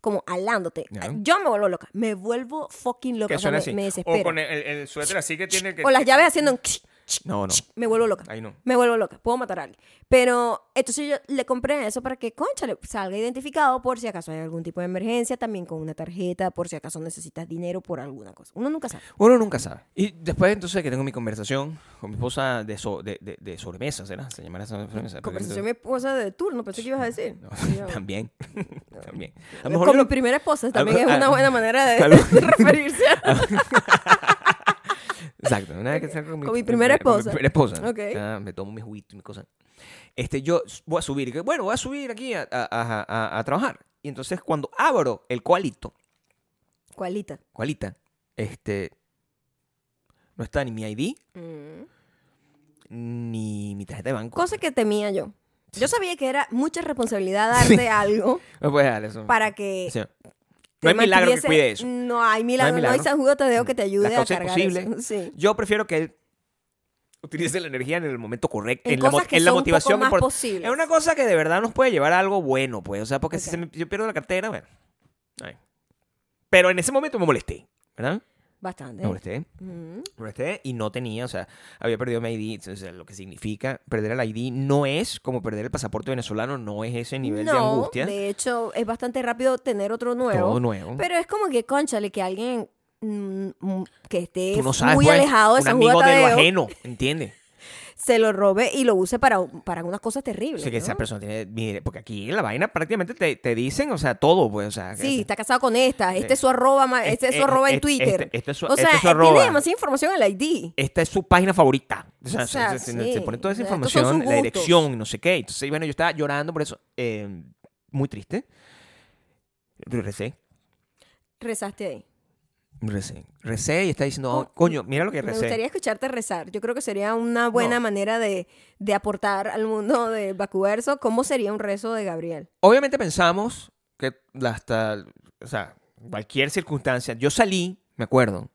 como alándote? Ya. Yo me vuelvo loca, me vuelvo fucking loca, Que o sea, suena me, así. me o desespero. con el, el- el suéter así que tiene que. O las llaves haciendo un... No, no. Me vuelvo loca. Ahí no. Me vuelvo loca. Puedo matar a alguien. Pero entonces yo le compré eso para que, conchale, salga identificado por si acaso hay algún tipo de emergencia, también con una tarjeta, por si acaso necesitas dinero por alguna cosa. Uno nunca sabe. Uno nunca sabe. Y después entonces que tengo mi conversación con mi esposa de, so- de, de- de sobremesa, ¿será? Se llamará sobremesa. Porque- Conversación con mi esposa de turno, pensé que ibas a decir. (laughs) No, (laughs) Yo- (laughs) también. también. A lo mejor Con yo mi lo- primera esposa también es a- una buena manera (laughs) de, a lo- de (laughs) referirse. a- Exacto. Nada que hacer con mi, Con mi primera con mi esposa. primera esposa. Ok. Ah, me tomo mi juguito y mi cosa. Este, yo s- voy a subir. y que, Bueno, voy a subir aquí a, a- a- a- a trabajar. Y entonces cuando abro el coalito, Cualita. coalita, este, no está ni mi ID, Mm. ni mi tarjeta de banco. Cosa que temía yo. Yo sabía que era mucha responsabilidad darte (laughs) Sí. algo No puedes dejar eso. para que Sí. te No hay milagro que mantuviese- cuide eso. No hay milagro, no hay, milagro. San Judas Tadeo que te ayude a causa cargar imposible. eso. Sí. Yo prefiero que él utilice la energía en el momento correcto, En, en, la, mo- cosas que en la son motivación. un poco más import- posibles. es una cosa que de verdad nos puede llevar a algo bueno, pues. O sea, porque Ok. si se me- yo pierdo la cartera, bueno. ay. Pero en ese momento me molesté, ¿verdad? Bastante. Me molesté. Mm. Me molesté y no tenía, o sea, había perdido mi ID. O sea, lo que significa perder el ID no es como perder el pasaporte venezolano, no es ese nivel de no, angustia. de hecho, es bastante rápido tener otro nuevo. Todo nuevo. Pero es como que, conchale, que alguien mm, mm, que esté Tú no sabes, muy pues, alejado de un San amigo Judas de lo Tadeo ajeno, ¿entiendes? se lo robe y lo use para, para unas cosas terribles. O sea, que ¿no? esa persona tiene. Mire, porque aquí la vaina prácticamente te, te dicen, o sea, todo, pues, o sea. que- Sí, está casado con esta, este es su arroba, ma- Es- este es su es- arroba en es- Twitter. este- este es su- o sea, este es su tiene arroba. demasiada información en el ID. Esta es su página favorita. O sea, O sea, se, se- sí. se pone toda esa O sea, estos son información, sus la gustos. dirección, y no sé qué. Entonces, bueno, yo estaba llorando por eso. eh, muy triste. Recé, Rezaste ahí. recé. Recé y está diciendo, Co- "Oh, coño, mira lo que Me recé. gustaría escucharte rezar. Yo creo que sería una buena No. manera de, de aportar al mundo del vacuverso. ¿Cómo sería un rezo de Gabriel? Obviamente pensamos que hasta, o sea, cualquier circunstancia. Yo salí, me acuerdo.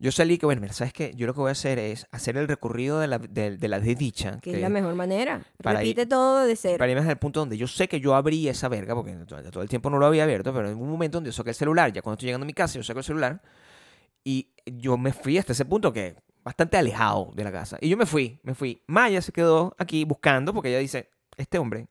Yo salí que, bueno, mira, ¿sabes qué? Yo lo que voy a hacer es hacer el recorrido de la, de, de la desdicha. Que es la mejor manera. para Repite ir- todo de cero. Para irme hasta el punto donde yo sé que yo abrí esa verga, porque to- todo el tiempo no lo había abierto, pero en un momento donde yo saqué el celular, ya cuando estoy llegando a mi casa, yo saco el celular y yo me fui hasta ese punto que bastante alejado de la casa. Y yo me fui, me fui. Maya se quedó aquí buscando porque ella dice, este hombre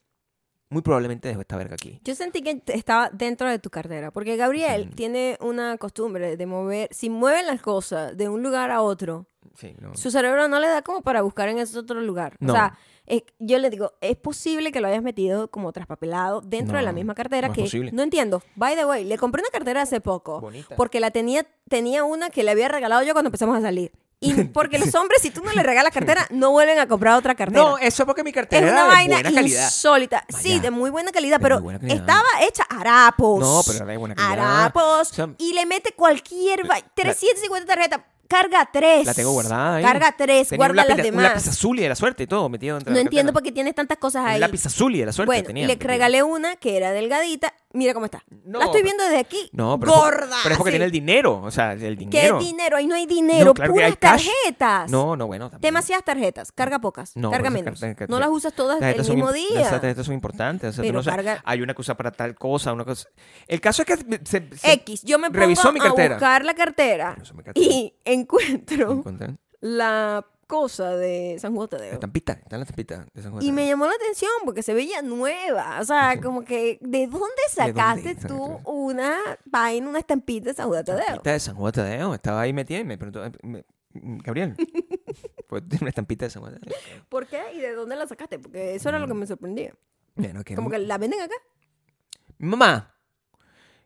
muy probablemente dejó esta verga aquí. Yo sentí que te- estaba dentro de tu cartera, porque Gabriel Ujú. tiene una costumbre de mover, si mueven las cosas de un lugar a otro, Sí, no. su cerebro no le da como para buscar en ese otro lugar. No. O sea, es- yo le digo, es posible que lo hayas metido como traspapelado dentro de la No, misma cartera no es que posible. no entiendo. By the way, le compré una cartera hace poco, Bonita. porque la tenía tenía una que le había regalado yo cuando empezamos a salir. Y (laughs) porque los hombres, si tú no le regalas cartera, no vuelven a comprar otra cartera. No, eso es porque mi Es cartera una era de vaina buena calidad. insólita. Sí, Vaya. de muy buena calidad, De pero muy buena calidad. estaba hecha harapos. No, pero era de buena calidad. Harapos. O sea, y le mete cualquier. va- 350 tarjetas. Carga tres. La tengo guardada ahí. Carga tres. Tenía un guarda las lápiz de- Un lápiz demás. azul y de la suerte y todo metido dentro No de la entiendo cartera. por qué tienes tantas cosas ahí. Un lápiz azul y de la suerte bueno, tenía le metido. regalé una que era delgadita. Mira cómo está. No, la estoy pero- viendo desde aquí. No, pero es por- gorda. pero es porque así. tiene el dinero. O sea, el ¿Qué dinero. dinero? Ahí no hay dinero. claro que hay puras cash. tarjetas. No, no, bueno. También. Demasiadas tarjetas. Carga pocas. No, carga esas menos. tarjetas- no las usas todas tarjetas el son mismo im- día. Esas tarjetas son importantes. o sea, tú Pero no sabes, carga- Hay una cosa para tal cosa, una cosa. El caso es que se, se- (laughs) X, yo me pongo revisó mi a cartera. buscar la cartera Revisó mi cartera. y encuentro Encontré la cosa de San Juan La Tadeo. tampita, está en la tampita de San Juan. Y me llamó la atención porque se veía nueva. O sea, como que, ¿de dónde sacaste dónde? tú una vaina, una estampita de San Juan La Tadeo? tampita de San Juan Tadeo. Estaba ahí metida y me preguntó, eh, me- (laughs) Gabriel, ¿puedo tener una estampita de San Juan Tadeo? ¿Por qué? ¿Y de dónde la sacaste? Porque eso era lo que Mm. me sorprendía. Bueno, que Como que la venden acá. Mi mamá,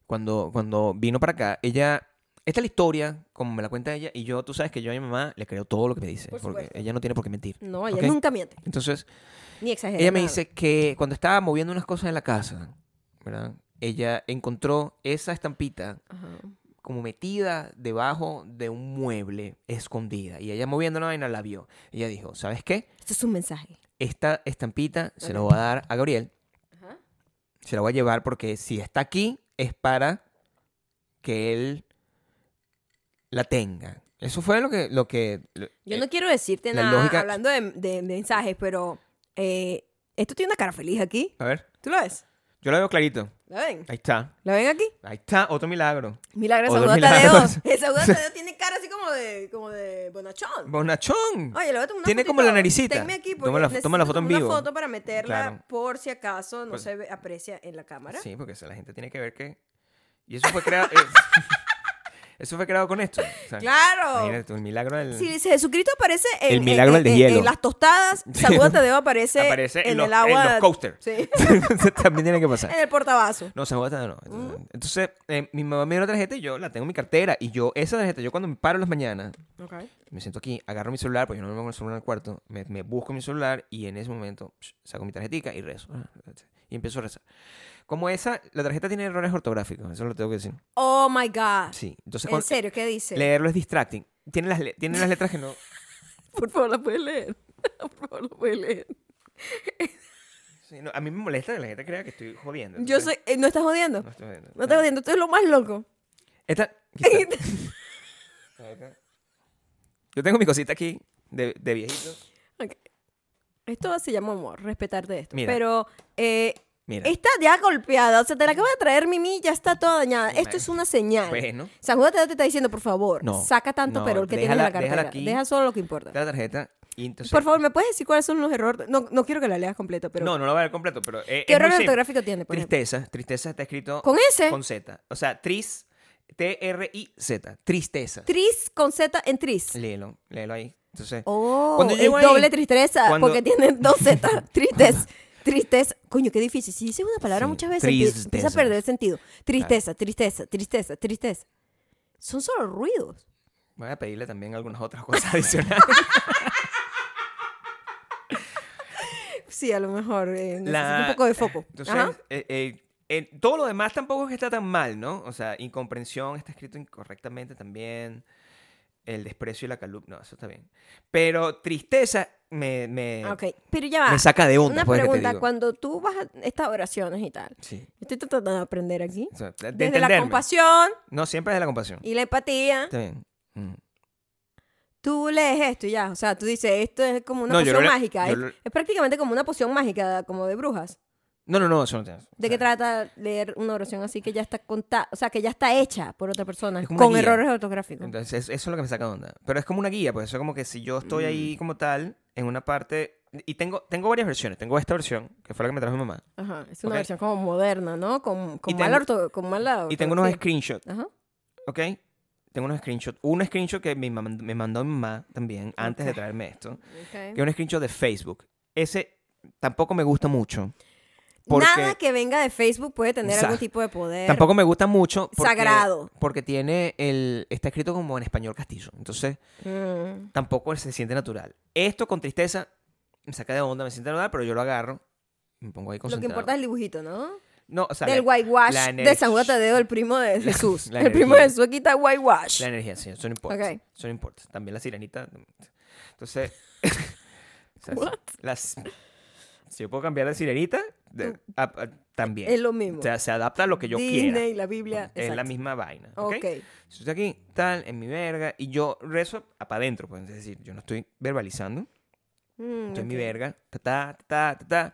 cuando, cuando vino para acá, ella. Esta es la historia, como me la cuenta ella, y yo, tú sabes que yo a mi mamá le creo todo lo que me dice, Por porque supuesto. ella no tiene por qué mentir. No, ella ¿ok? nunca miente, Entonces, ni exagera. ella me nada. dice que cuando estaba moviendo unas cosas en la casa, ¿verdad? Ella encontró esa estampita Ajá. como metida debajo de un mueble, escondida, y ella moviendo la vaina la vio. Ella dijo, ¿sabes qué? Esto Este es un mensaje. Esta estampita se la voy a dar a Gabriel Ajá. se la voy a llevar porque si está aquí es para que él la tenga. Eso fue lo que... Lo que lo- Yo eh, no quiero decirte la nada lógica- hablando de, de mensajes, pero eh, esto tiene una cara feliz aquí. A ver, ¿Tú lo ves? yo lo veo clarito. ¿La ven? Ahí está. ¿La ven aquí? Ahí está, otro milagro. Milagros San Otro Juan Tadeo. milagro. Ese San Juan Tadeo tiene cara así como de, como de bonachón. Bonachón. Oye, le voy a tomar una Tiene fotito. como la naricita. Tenme aquí porque Toma la- toma la necesito foto en tomar vivo. una foto para meterla Claro. por si acaso no Pues- se ve- aprecia en la cámara. Sí, porque esa- la gente tiene que ver que... Y eso fue creado... eh, (laughs) eso fue creado con esto. o sea, ¡Claro! imagínate tú, el milagro del... Si dice Jesucristo aparece en, El en- milagro en, del en- deshielo. en las (laughs) tostadas, San Juan Tadeo aparece, Aparece en, en, los, el agua. en los coasters. Sí, (laughs) (laughs) También tiene que pasar. en el portavasos. No, San Juan Mm. Tadeo no. Entonces, entonces, eh, mi mamá me dio una tarjeta y yo la tengo en mi cartera. Y yo, esa tarjeta, yo cuando me paro en las mañanas, me siento aquí, agarro mi celular, porque yo no me pongo el celular al cuarto, me, me busco mi celular y en ese momento psh, saco mi tarjetica y rezo. Ah. Y empiezo a rezar. Como esa, la tarjeta tiene errores ortográficos, eso lo tengo que decir. Oh my God. Sí. Entonces, ¿En cuando- serio? ¿Qué dice? leerlo es distracting. Tiene las, le- tiene las letras que no. Por favor, la puedes leer. (laughs) Por favor, la puedes leer. sí, no, A mí me molesta que la gente crea que estoy jodiendo. Yo entonces, soy. eh, ¿No estás jodiendo? No estoy jodiendo. No estás jodiendo. Esto es lo más loco. Esta, aquí está. Yo tengo mi cosita aquí de, de viejito. Ok. Esto se llama amor, respetarte esto. Mira. Pero eh, Mira. está ya golpeada. O sea, te la acabo de traer, Mimi, ya está toda dañada. Esto Bueno. es una señal. Bueno. San Juan Tadeo te está diciendo, por favor, No, saca tanto no, perol que tienes en déjala- la cartera. déjala aquí. Deja solo lo que importa. la tarjeta y entonces... por favor, ¿me puedes decir cuáles son los errores? No, no quiero que la leas completa, pero. no, no lo voy a ver completo, pero... eh, ¿Qué es muy error simple. ortográfico tiene? Por ejemplo? Tristeza. Tristeza está escrito ¿Con E. ese? con Z. O sea, tris, T-R-I-Z. Tristeza. Tris con Z en tris. léelo, léelo ahí. Entonces, Oh, Cuando es llego ahí- doble tristeza, cuando- porque tienen dos (laughs) Z, tristeza. Tristeza, coño, qué difícil. Si dices una palabra Sí, muchas veces, empie- empieza a tristeza. perder el sentido. Tristeza, tristeza, tristeza, tristeza. Son solo ruidos. voy a pedirle también algunas otras cosas (laughs) adicionales. (laughs) Sí, a lo mejor. eh, necesito La- un poco de foco. Ajá. Entonces, eh, eh, eh, todo lo demás tampoco es que está tan mal, ¿no? O sea, incomprensión está escrito incorrectamente también. El desprecio y la calumnia, no, eso está bien. Pero tristeza me, me, Ah, Ok, pero ya va. Eh, me saca de onda. Una pues, es que te pregunta, digo. cuando tú vas a estas oraciones y tal, Sí. estoy tratando de aprender aquí. O sea, Desde de la entenderme. compasión No, siempre es de la compasión. y la empatía, Está bien. Mm. Tú lees esto y ya, o sea, tú dices, esto es como una No, yo poción lo le- mágica. ¿eh? yo Es, lo- es prácticamente como una poción mágica, como de brujas. No, no, no, eso no tiene- ¿De o qué sea, trata leer una oración así que ya está contada, o sea, que ya está hecha por otra persona, Es con como una guía. errores ortográficos? Entonces, eso, eso es lo que me saca de onda. Pero es como una guía, pues eso es como que si yo estoy Mm. ahí como tal, en una parte. Y tengo, tengo varias versiones. Tengo esta versión, que fue la que me trajo mi mamá. Ajá, es una Ok. versión como moderna, ¿no? Con, con, Y mala, tengo- orto- con mala Y tengo unos ortografía. screenshots, Ajá. ¿ok? Tengo unos screenshots. Un screenshot que me, mam- me mandó mi mamá también, antes Ok. de traerme esto. ok. Que es un screenshot de Facebook. Ese tampoco me gusta mucho. Porque Nada que venga de Facebook puede tener Exacto. algún tipo de poder. tampoco me gusta mucho. Porque, Eh, Sagrado. Porque tiene el. Está escrito como en español castillo. Entonces. Mm. tampoco se siente natural. Esto con tristeza me saca de onda, me siente natural, pero yo lo agarro. y Me pongo ahí Lo que concentrado. importa es el dibujito, ¿no? No, o sea, Del la, whitewash la de San Juan energi- Tadeo, el primo de Jesús. la el primo de energía. Jesús quita whitewash. la energía, sí, eso no importa. Ok. Eso no importa. También la sirenita. (laughs) Entonces. o sea, What? las- si yo puedo cambiar la sirenita, de- a- a- también. Es lo mismo. O sea, se adapta a lo que yo Disney, quiera. la Biblia. Es la exacto. misma vaina. ¿ok? Ok. Si estoy aquí, tal, en mi verga, y yo rezo para adentro, pues, es decir, yo no estoy verbalizando. Mm, Estoy en mi ok. verga. Ta, ta, ta, ta, ta.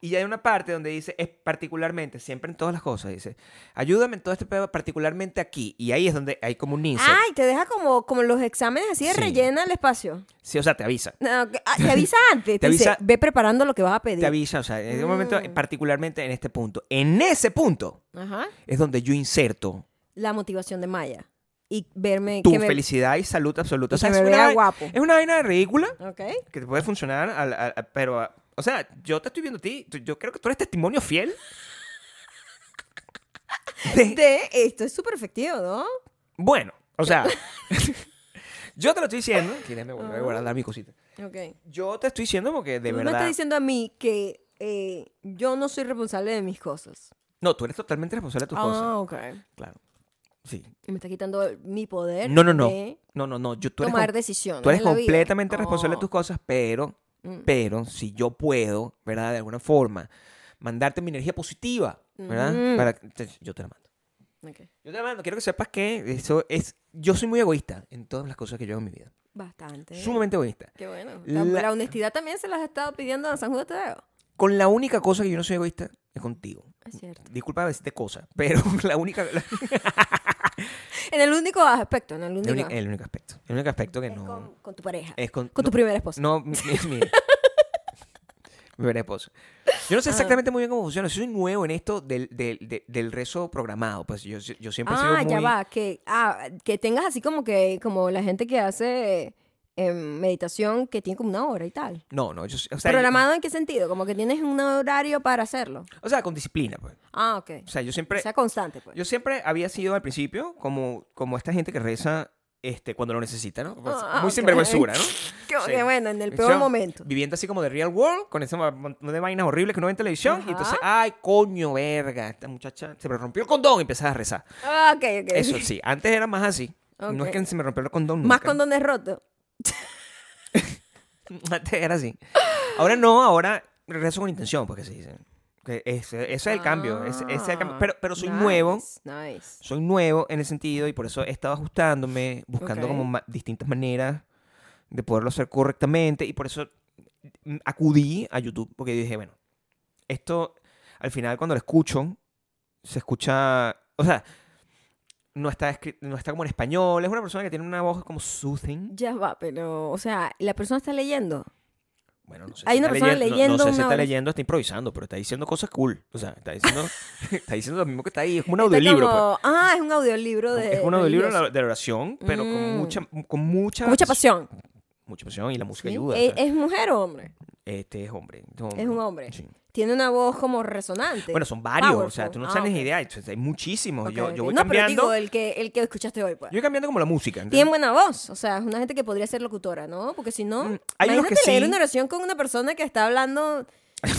Y hay una parte donde dice, es particularmente, siempre en todas las cosas, dice, ayúdame en todo este pedo, particularmente aquí. Y ahí es donde hay como un insert. Ay, Ah, te deja como, como los exámenes así de Sí. rellena el espacio. Sí, o sea, te avisa. No, ok. Ah, te (laughs) avisa antes. Te, Te dice, avisa- ve preparando lo que vas a pedir. Te avisa, o sea, en ese momento, Mm. particularmente en este punto. En ese punto Ajá. es donde yo inserto La motivación de Maya. Y verme. tu que me- felicidad y salud absoluta. O sea, que es me una vea vai- guapo. Es una vaina ridícula Ok. que te puede funcionar, al- al- al- pero, a- o sea, yo te estoy viendo a ti, tú- yo creo que tú eres testimonio fiel. de- De esto es súper efectivo, ¿no? Bueno, o sea, (laughs) yo te lo estoy diciendo. Tienes, me voy a Ajá. guardar mi cosita. Ok. Yo te estoy diciendo porque de Tú me verdad. estás diciendo a mí que eh, yo no soy responsable de mis cosas. No, tú eres totalmente responsable de tus ah, cosas. ok. Claro. Sí. Y me está quitando el- mi poder No, no, no. de No, no, no. Yo, tú eres, tomar com- decisiones. tú eres en la vida. completamente Oh. responsable de tus cosas, pero, Mm. pero, si yo puedo, ¿verdad? De alguna forma, mandarte mi energía positiva, ¿verdad? Ujú. Para, te- yo te la mando. Oh, Ok. Yo te la mando. Quiero que sepas que eso es. Yo soy muy egoísta en todas las cosas que yo hago en mi vida. Bastante. Sumamente egoísta. Qué bueno. La... La- la honestidad también se las has estado pidiendo a San Juan de Tadeo. Con la única cosa que yo no soy egoísta es contigo. Es cierto. Disculpa decirte cosas, (laughs) pero la única, (laughs) la- En el único aspecto, en el único. el, uni- el único aspecto. El único aspecto que es no. con, con tu pareja. es con, Con tu no, primera esposa. no, mi, (laughs) mi- mi- mi primera esposa. Yo Ah. no sé exactamente muy bien cómo funciona. Soy nuevo en esto del, del, de- del rezo programado. Pues yo, yo siempre he sido ah, muy. ya va. Que, ah, que tengas así como que como la gente que hace em, meditación que tiene como una hora y tal. No, no. Yo, o, sea, yo- ¿Programado en qué sentido? Como que tienes un horario para hacerlo. o sea, con disciplina, pues. Ah, ok. O sea, yo O siempre, sea, constante, pues. yo siempre había sido al principio como, como esta gente que reza este, cuando lo necesita, ¿no? Pues, Ah, muy ok. sinvergüenzura, ¿no? Como Sí. que bueno, en el O peor sea, momento. Viviendo así como de real world, con ese montón de vainas horribles que uno ve en televisión. Ajá. Y entonces, ay, coño, verga, esta muchacha se me rompió el condón y empezás a rezar. Ah, ok, ok. Eso sí, antes era más así. No Ok. es que se me rompió el condón. (laughs) Más nunca. condones rotos. (laughs) Antes era así. Ahora no, ahora rezo con intención, porque se dice. Que ese, ese es el cambio. ese- ese es el cambio. Ah, Pero, pero soy nice, nuevo. Nice. Soy nuevo en el sentido y por eso he estado ajustándome, buscando Ok. como ma- distintas maneras de poderlo hacer correctamente y por eso mm, acudí a YouTube porque dije, bueno, esto al final cuando lo escucho, se escucha, o sea, no está, escri- no está como en español, es una persona que tiene una voz como soothing. Ya va, pero, o sea, la persona está leyendo. Bueno, no sé Hay si una está persona leyendo, no- leyendo no, sé si una está hora. leyendo, está improvisando, pero está diciendo cosas cool, o sea, está diciendo, (laughs) está diciendo lo mismo que está ahí, es como un Está audiolibro. pues. como, Ah, es un audiolibro de. es un audiolibro de religioso. la- de la oración, pero con Mm. mucha con mucha Con mucha pasión. mucha pasión y la música ¿Sí? ayuda. ¿Es, o sea, es mujer o hombre? este es hombre. Este Es un hombre. Sí. Tiene una voz como resonante. Bueno, son varios, o sea, Powerful. tú no Ah, tienes ok. idea, entonces, hay muchísimos. Ok, yo, yo ok. voy no, cambiando. pero digo, eh, el que, el que escuchaste hoy, pues. Yo voy cambiando como la música. ¿entiendes? Tiene buena voz, o sea, es una gente que podría ser locutora, ¿no? Porque si no, Mm, hay unos imagínate que leer sí. una oración con una persona que está (laughs) hablando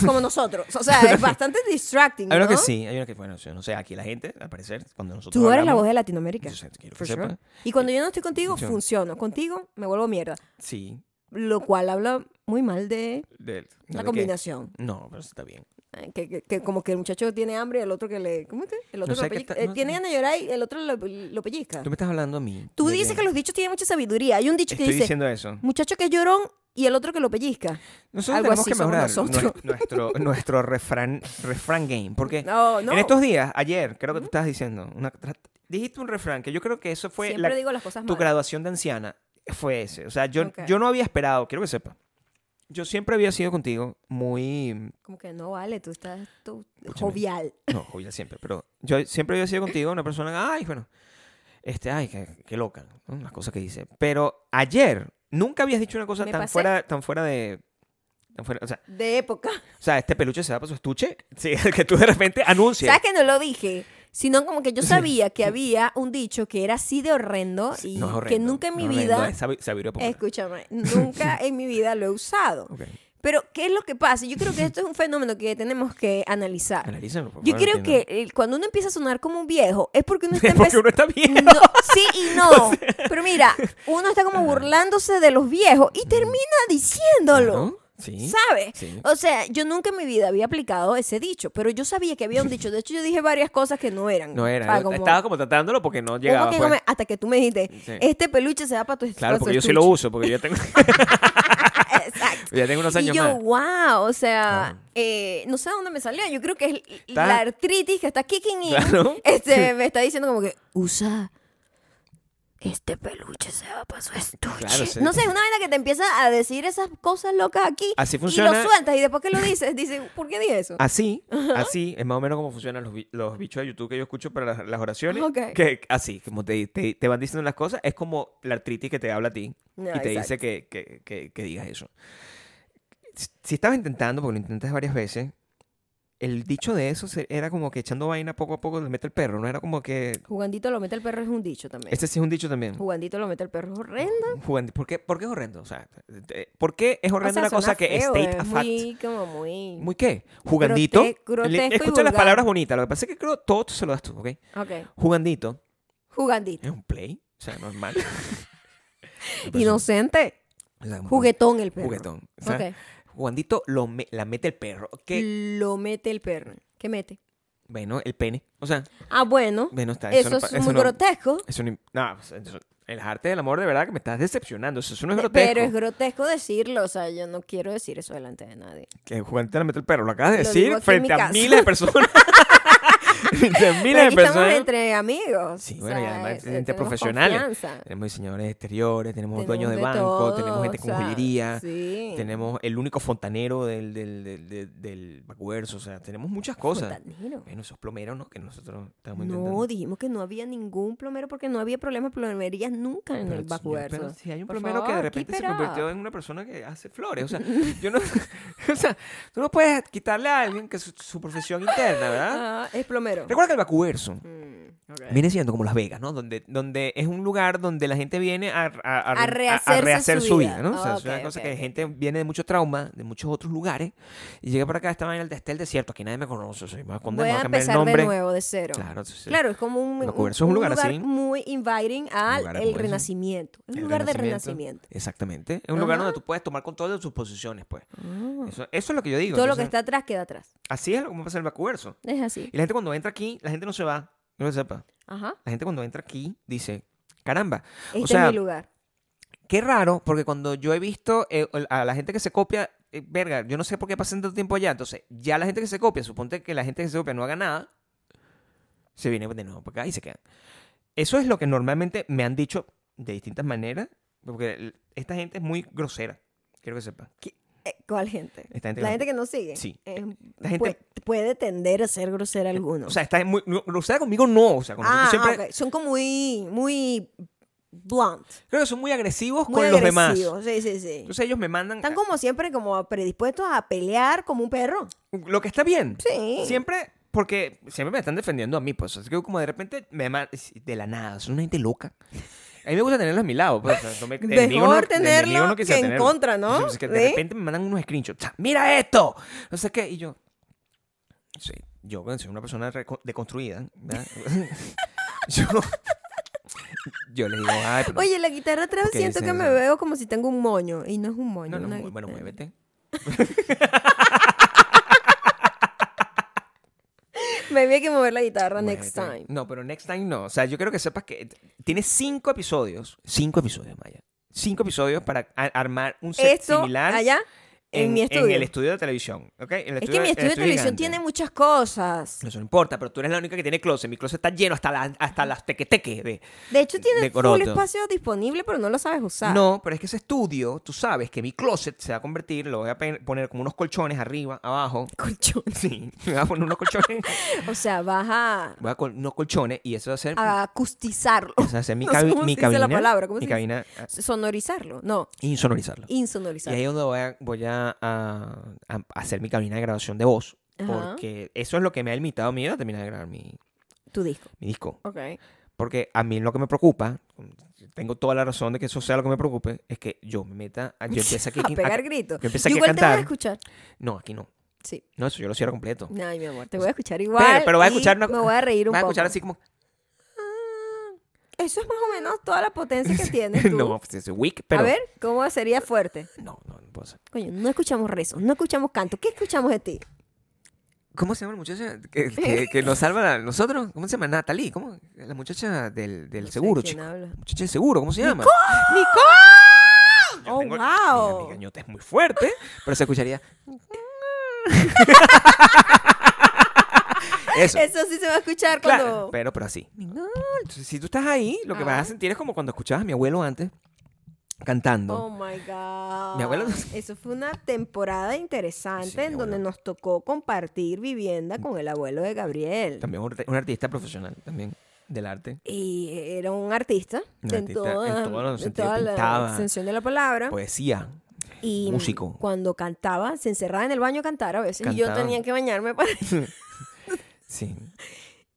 como nosotros. O sea, es bastante distracting, ¿no? Hay unos que sí, hay unos que, bueno, yo no sé, aquí la gente, al parecer, cuando nosotros. Tú eres la hablamos- voz de Latinoamérica. Yo sé, quiero que for sure. sepa. Y cuando yo no estoy contigo, Funciona. funciono. Contigo, me vuelvo mierda. Sí. Lo cual habla muy mal de de- no, ¿de la qué? combinación. No, pero eso está bien. eh, Que, que- que como que el muchacho tiene hambre y el otro que le... ¿Cómo es que? El otro No sé lo qué pellizca. ta- Eh, no- tiene ganas de llorar y el otro lo, lo pellizca. Tú Ah. Tú, me estás hablando a mí. de dices que los dichos tienen mucha sabiduría. Hay un dicho que Estoy dice, diciendo eso. muchacho que es llorón y el otro que lo pellizca. Nosotros Algo tenemos así que somos mejorar nosotros. nues- nuestro, (laughs) nuestro refrán, refrán game. Porque No, no. en estos días, ayer, creo que tú estabas diciendo, una- tra- dijiste un refrán que yo creo que eso fue Siempre la- digo las cosas tu mal. graduación de anciana. Fue ese. O sea, yo, Ok. yo no había esperado, quiero que sepa. Yo siempre había sido contigo muy. Como que no vale, tú estás tú, Escúchame. jovial. No, (laughs) joya siempre, pero yo siempre había sido contigo una persona. Ay, bueno. Este, ay, qué, qué loca. ¿no? Las cosas que dice. Pero ayer nunca habías dicho una cosa Me tan pasé. fuera, tan fuera de. Tan fuera, o sea, De época. O sea, este peluche se va para su estuche. (laughs) Sí, el que tú de repente anuncias. ¿Sabes que no lo dije? Sino como que yo sabía (laughs) que había un dicho que era así de horrendo y No es horrendo, que nunca en mi no es horrendo, vida, es sabi- sabiduría popular. escúchame, nunca en mi vida lo he usado. Ok, Pero, ¿qué es lo que pasa? Yo creo que esto es un fenómeno que tenemos que analizar. Ah, analízalo, por Yo favor, creo que este entiendo. eh, cuando uno empieza a sonar como un viejo, es (laughs) porque uno está Porque empezando... uno está (laughs) bien. No, sí y (laughs) no. Pero mira, uno está como burlándose de los viejos y termina diciéndolo. Sí. ¿Sabes? Sí. O sea, yo nunca en mi vida había aplicado ese dicho, pero yo sabía que había un dicho. De hecho, yo dije varias cosas que no eran. No O sea, era. yo como- Estaba como tratándolo porque no ¿Cómo llegaba. que pues. come? Hasta que tú me dijiste, Sí. este peluche se va para tu Claro, para tu porque yo sí lo estuche". uso, porque yo tengo, (laughs) (laughs) Exacto. ya tengo unos años y yo, más. wow, o sea, eh, no sé de dónde me salió. Yo creo que es l- Está- la artritis que está kicking in. Claro. (laughs) Este, me está diciendo como que, usa, este peluche se va para su estuche. Claro, sí. No sé, es una vaina que te empieza a decir esas cosas locas aquí. Así Y funciona. Ah, lo sueltas y después que lo dices, dices, ¿por qué dije eso? Así, así, es más o menos como funcionan los, bi- los bichos de YouTube que yo escucho para las, las oraciones. Ok. Que así, como te, te- te van diciendo las cosas, es como la artritis que te habla a ti No, y te dice exacto. que, que- que- que digas eso. Si, si estabas intentando, porque lo intentas varias veces, el dicho de eso se- era como que echando vaina poco a poco le mete el perro, ¿no? Era como que... Jugandito lo mete el perro es un dicho también. Este sí es un dicho también. Jugandito lo mete el perro es horrendo. Jugando. ¿Por, qué, ¿Por qué es horrendo? O sea, te- ¿por qué es O horrendo sea, una suena cosa que feo, state es a fact? muy, como muy... ¿Muy qué? Jugandito. Grote- grotesco y Escucha las vulgar. palabras bonitas. Lo que pasa es que creo todo esto se lo das tú, ¿ok? Ok, Jugandito jugandito. es un play, o sea, (laughs) normal. Inocente. O sea, un Juguetón el perro. Pues Juguetón. O sea, Ok. Jugandito lo me- la mete el perro. ¿Qué? Lo mete el perro. ¿Qué mete? Bueno, el pene. O sea, Ah, bueno. bueno, está. Eso, no es pa- muy no- grotesco. Eso no, no, o sea, eso- el arte del amor, de verdad, que me estás decepcionando. Eso, eso no es Pe- grotesco. eh, Pero es grotesco decirlo. O sea, yo no quiero decir eso delante de nadie. Que jugandito la mete el perro. Lo acabas de Lo decir digo aquí en frente mi a casa. miles (laughs) de personas. frente a Pero miles de aquí estamos personas. entre amigos. pues, ¿eh? Sí, o bueno, y sea, además eh, entre tenemos profesionales. confianza. Tenemos diseñadores de exteriores, tenemos, dueños de, Tenemos banco, todo, tenemos gente con o sea, joyería, sí. tenemos el único fontanero del, del, del, del, del Bacuverso, o sea, tenemos muchas cosas. Fontanero. Bueno, esos plomeros, ¿no? Que nosotros estamos No, intentando. dijimos que no había ningún plomero porque no había problemas de plomería nunca en Pero, el señor, pero vacuverso. si hay un Por plomero que de favor, repente se keep it convirtió up. en una persona que hace flores, (laughs) o sea, yo no, (laughs) o sea, tú no puedes quitarle a alguien que su, su profesión interna, ¿verdad? Ah, es plomero. Recuerda que el Bacuverso Mm, ok. Viene siendo como Las Vegas, ¿no? Donde, donde es un lugar donde la gente viene a, a- a- A rehacerse rehacer su su vida, vida. ¿no? o sea, Ah, es una ok, cosa ok, que ok. gente viene de mucho trauma, de muchos otros lugares, y llega para acá, estaba en el, está el desierto, aquí nadie me conoce, soy Voy a más cambiar el empezar nombre. de nuevo, de cero. Claro, entonces, Claro, es como un, Lo cubierto es un lugar así. muy inviting al lugar como el ese. renacimiento. Es el un lugar de renacimiento. Exactamente. Es un lugar donde tú puedes tomar control de sus posiciones, pues. Eso, eso es lo que yo digo. Mm. Todo lo que está entonces, atrás queda atrás. Así es como pasa el Bacuverso. Es así. Y la gente cuando entra aquí, la gente no se va, no lo sepa. Ajá. La gente cuando entra aquí dice, caramba, Este o sea, es mi lugar. Qué raro, porque cuando yo he visto eh, el- a la gente que se copia, eh, verga, yo no sé por qué pasan tanto tiempo allá. Entonces, ya la gente que se copia, suponte que la gente que se copia no haga nada, se viene de nuevo para acá y se quedan. Eso es lo que normalmente me han dicho de distintas maneras, porque el- esta gente es muy grosera. Quiero que sepa. Eh, ¿Cuál gente? Esta gente, La gente que nos sigue. Sí. Eh, La gente- Eh, pue- puede tender a ser grosera alguno. O sea, está muy no, grosera conmigo, no. O sea, conmigo ah, siempre. ok. son como muy, muy blunt. Creo que son muy agresivos Muy con los demás. agresivos. Sí, sí, sí. Entonces, ah. ellos me mandan. Están como siempre como predispuestos a pelear como un perro. Lo que está bien. Sí. Siempre, porque siempre me están defendiendo a mí, pues. Así que como de repente me ma- de la nada, son una gente loca. A mí me gusta tenerlos a mi lado, pues. o sea, no me- de Mejor enemigo no- de tenerlo enemigo no quisiera que en tenerlo. contra, ¿no? Entonces, que de ¿Sí? repente me mandan unos screenshots. ¡Ah, ¡Mira esto! No sé qué. Y yo. Sí, yo bueno, soy una persona reco- deconstruida. ¿verdad? (laughs) yo. Yo les digo, ay, pero. Oye, la guitarra atrás Ok, siento sí, que sí. me veo como si tengo un moño. Y no es un moño. no, no, una mu- bueno, guitarra. muévete. Maybe hay que mover la guitarra Bueno, next está time. bien. No, pero next time no. O sea, yo creo que sepas que tienes cinco episodios. Cinco episodios, Maya. Cinco episodios para a- armar un set Esto similar allá en, mi estudio. el estudio de televisión. ¿ok? El es que mi el estudio de televisión gigante. tiene muchas cosas. Eso no importa, pero tú eres la única que tiene closet. Mi closet está lleno hasta, la- hasta las tequeteques de... De hecho, tiene de full coroto. espacio disponible, pero no lo sabes usar. (laughs) No, pero es que ese estudio, tú sabes que mi closet se va a convertir, lo voy a pe- poner como unos colchones arriba, abajo. (laughs) Colchón. Sí, me voy a poner unos colchones. (laughs) O sea, vas a, voy a col- unos colchones y eso va a ser... a acustizarlo. (laughs) o sea, va a ser mi, Ah. no sé cabi- cómo mi se dice cabina. la palabra, ¿cómo se mi dice? cabina. ah, Sonorizarlo. No, Insonorizarlo. Y ahí insonorizarlo. es donde voy a, voy a, a- a hacer mi cabina de grabación de voz. Ajá. Porque eso es lo que me ha limitado miedo a terminar de grabar mi, Tu disco. mi disco. Ok. (laughs) Porque a mí lo que me preocupa, tengo toda la razón de que eso sea lo que me preocupe, es que yo me meta, a- (laughs) yo empiece aquí a pegar gritos. yo empecé Yo aquí a igual te voy a cantar. escuchar. No, aquí no. Sí. No, eso yo lo cierro completo. Ay, mi amor, te voy a escuchar igual. pero, pero voy a y escuchar una- Me voy a reír un Voy a poco. escuchar así como... Ah, Eso es más o menos toda la potencia (laughs) que tienes tú. no, pues, es weak, pero... A ver, ¿cómo sería fuerte? No, no, no puedo hacer. Coño, no escuchamos rezos, no escuchamos canto. ¿Qué escuchamos de ti? ¿Cómo se llama la muchacha (laughs) que, que- que nos salva a nosotros? ¿Cómo se llama? Natalie, ¿cómo? La muchacha del, del No sé seguro, quién chico. habla. Muchacha del seguro, ¿cómo se llama? Yo ¡Oh, tengo- wow! Mi gañota es muy fuerte, pero se (laughs) escucharía. Eso. Eso sí se va a escuchar Claro, cuando. pero, pero así. Entonces, si tú estás ahí, lo Ah. que vas a sentir es como cuando escuchabas a mi abuelo antes cantando. Oh my God. Mi abuelo- Eso fue una temporada interesante Sí, mi en donde abuelo. nos tocó compartir vivienda con el abuelo de Gabriel. También un, arte- un artista profesional también del arte. Y era un artista, Un en, artista, toda, en todos los en sentidos, toda la pintaba. extensión de la palabra. Poesía. y músico. Cuando cantaba, se encerraba en el baño a cantar a veces. Y yo Cantaba. tenía que bañarme para Sí.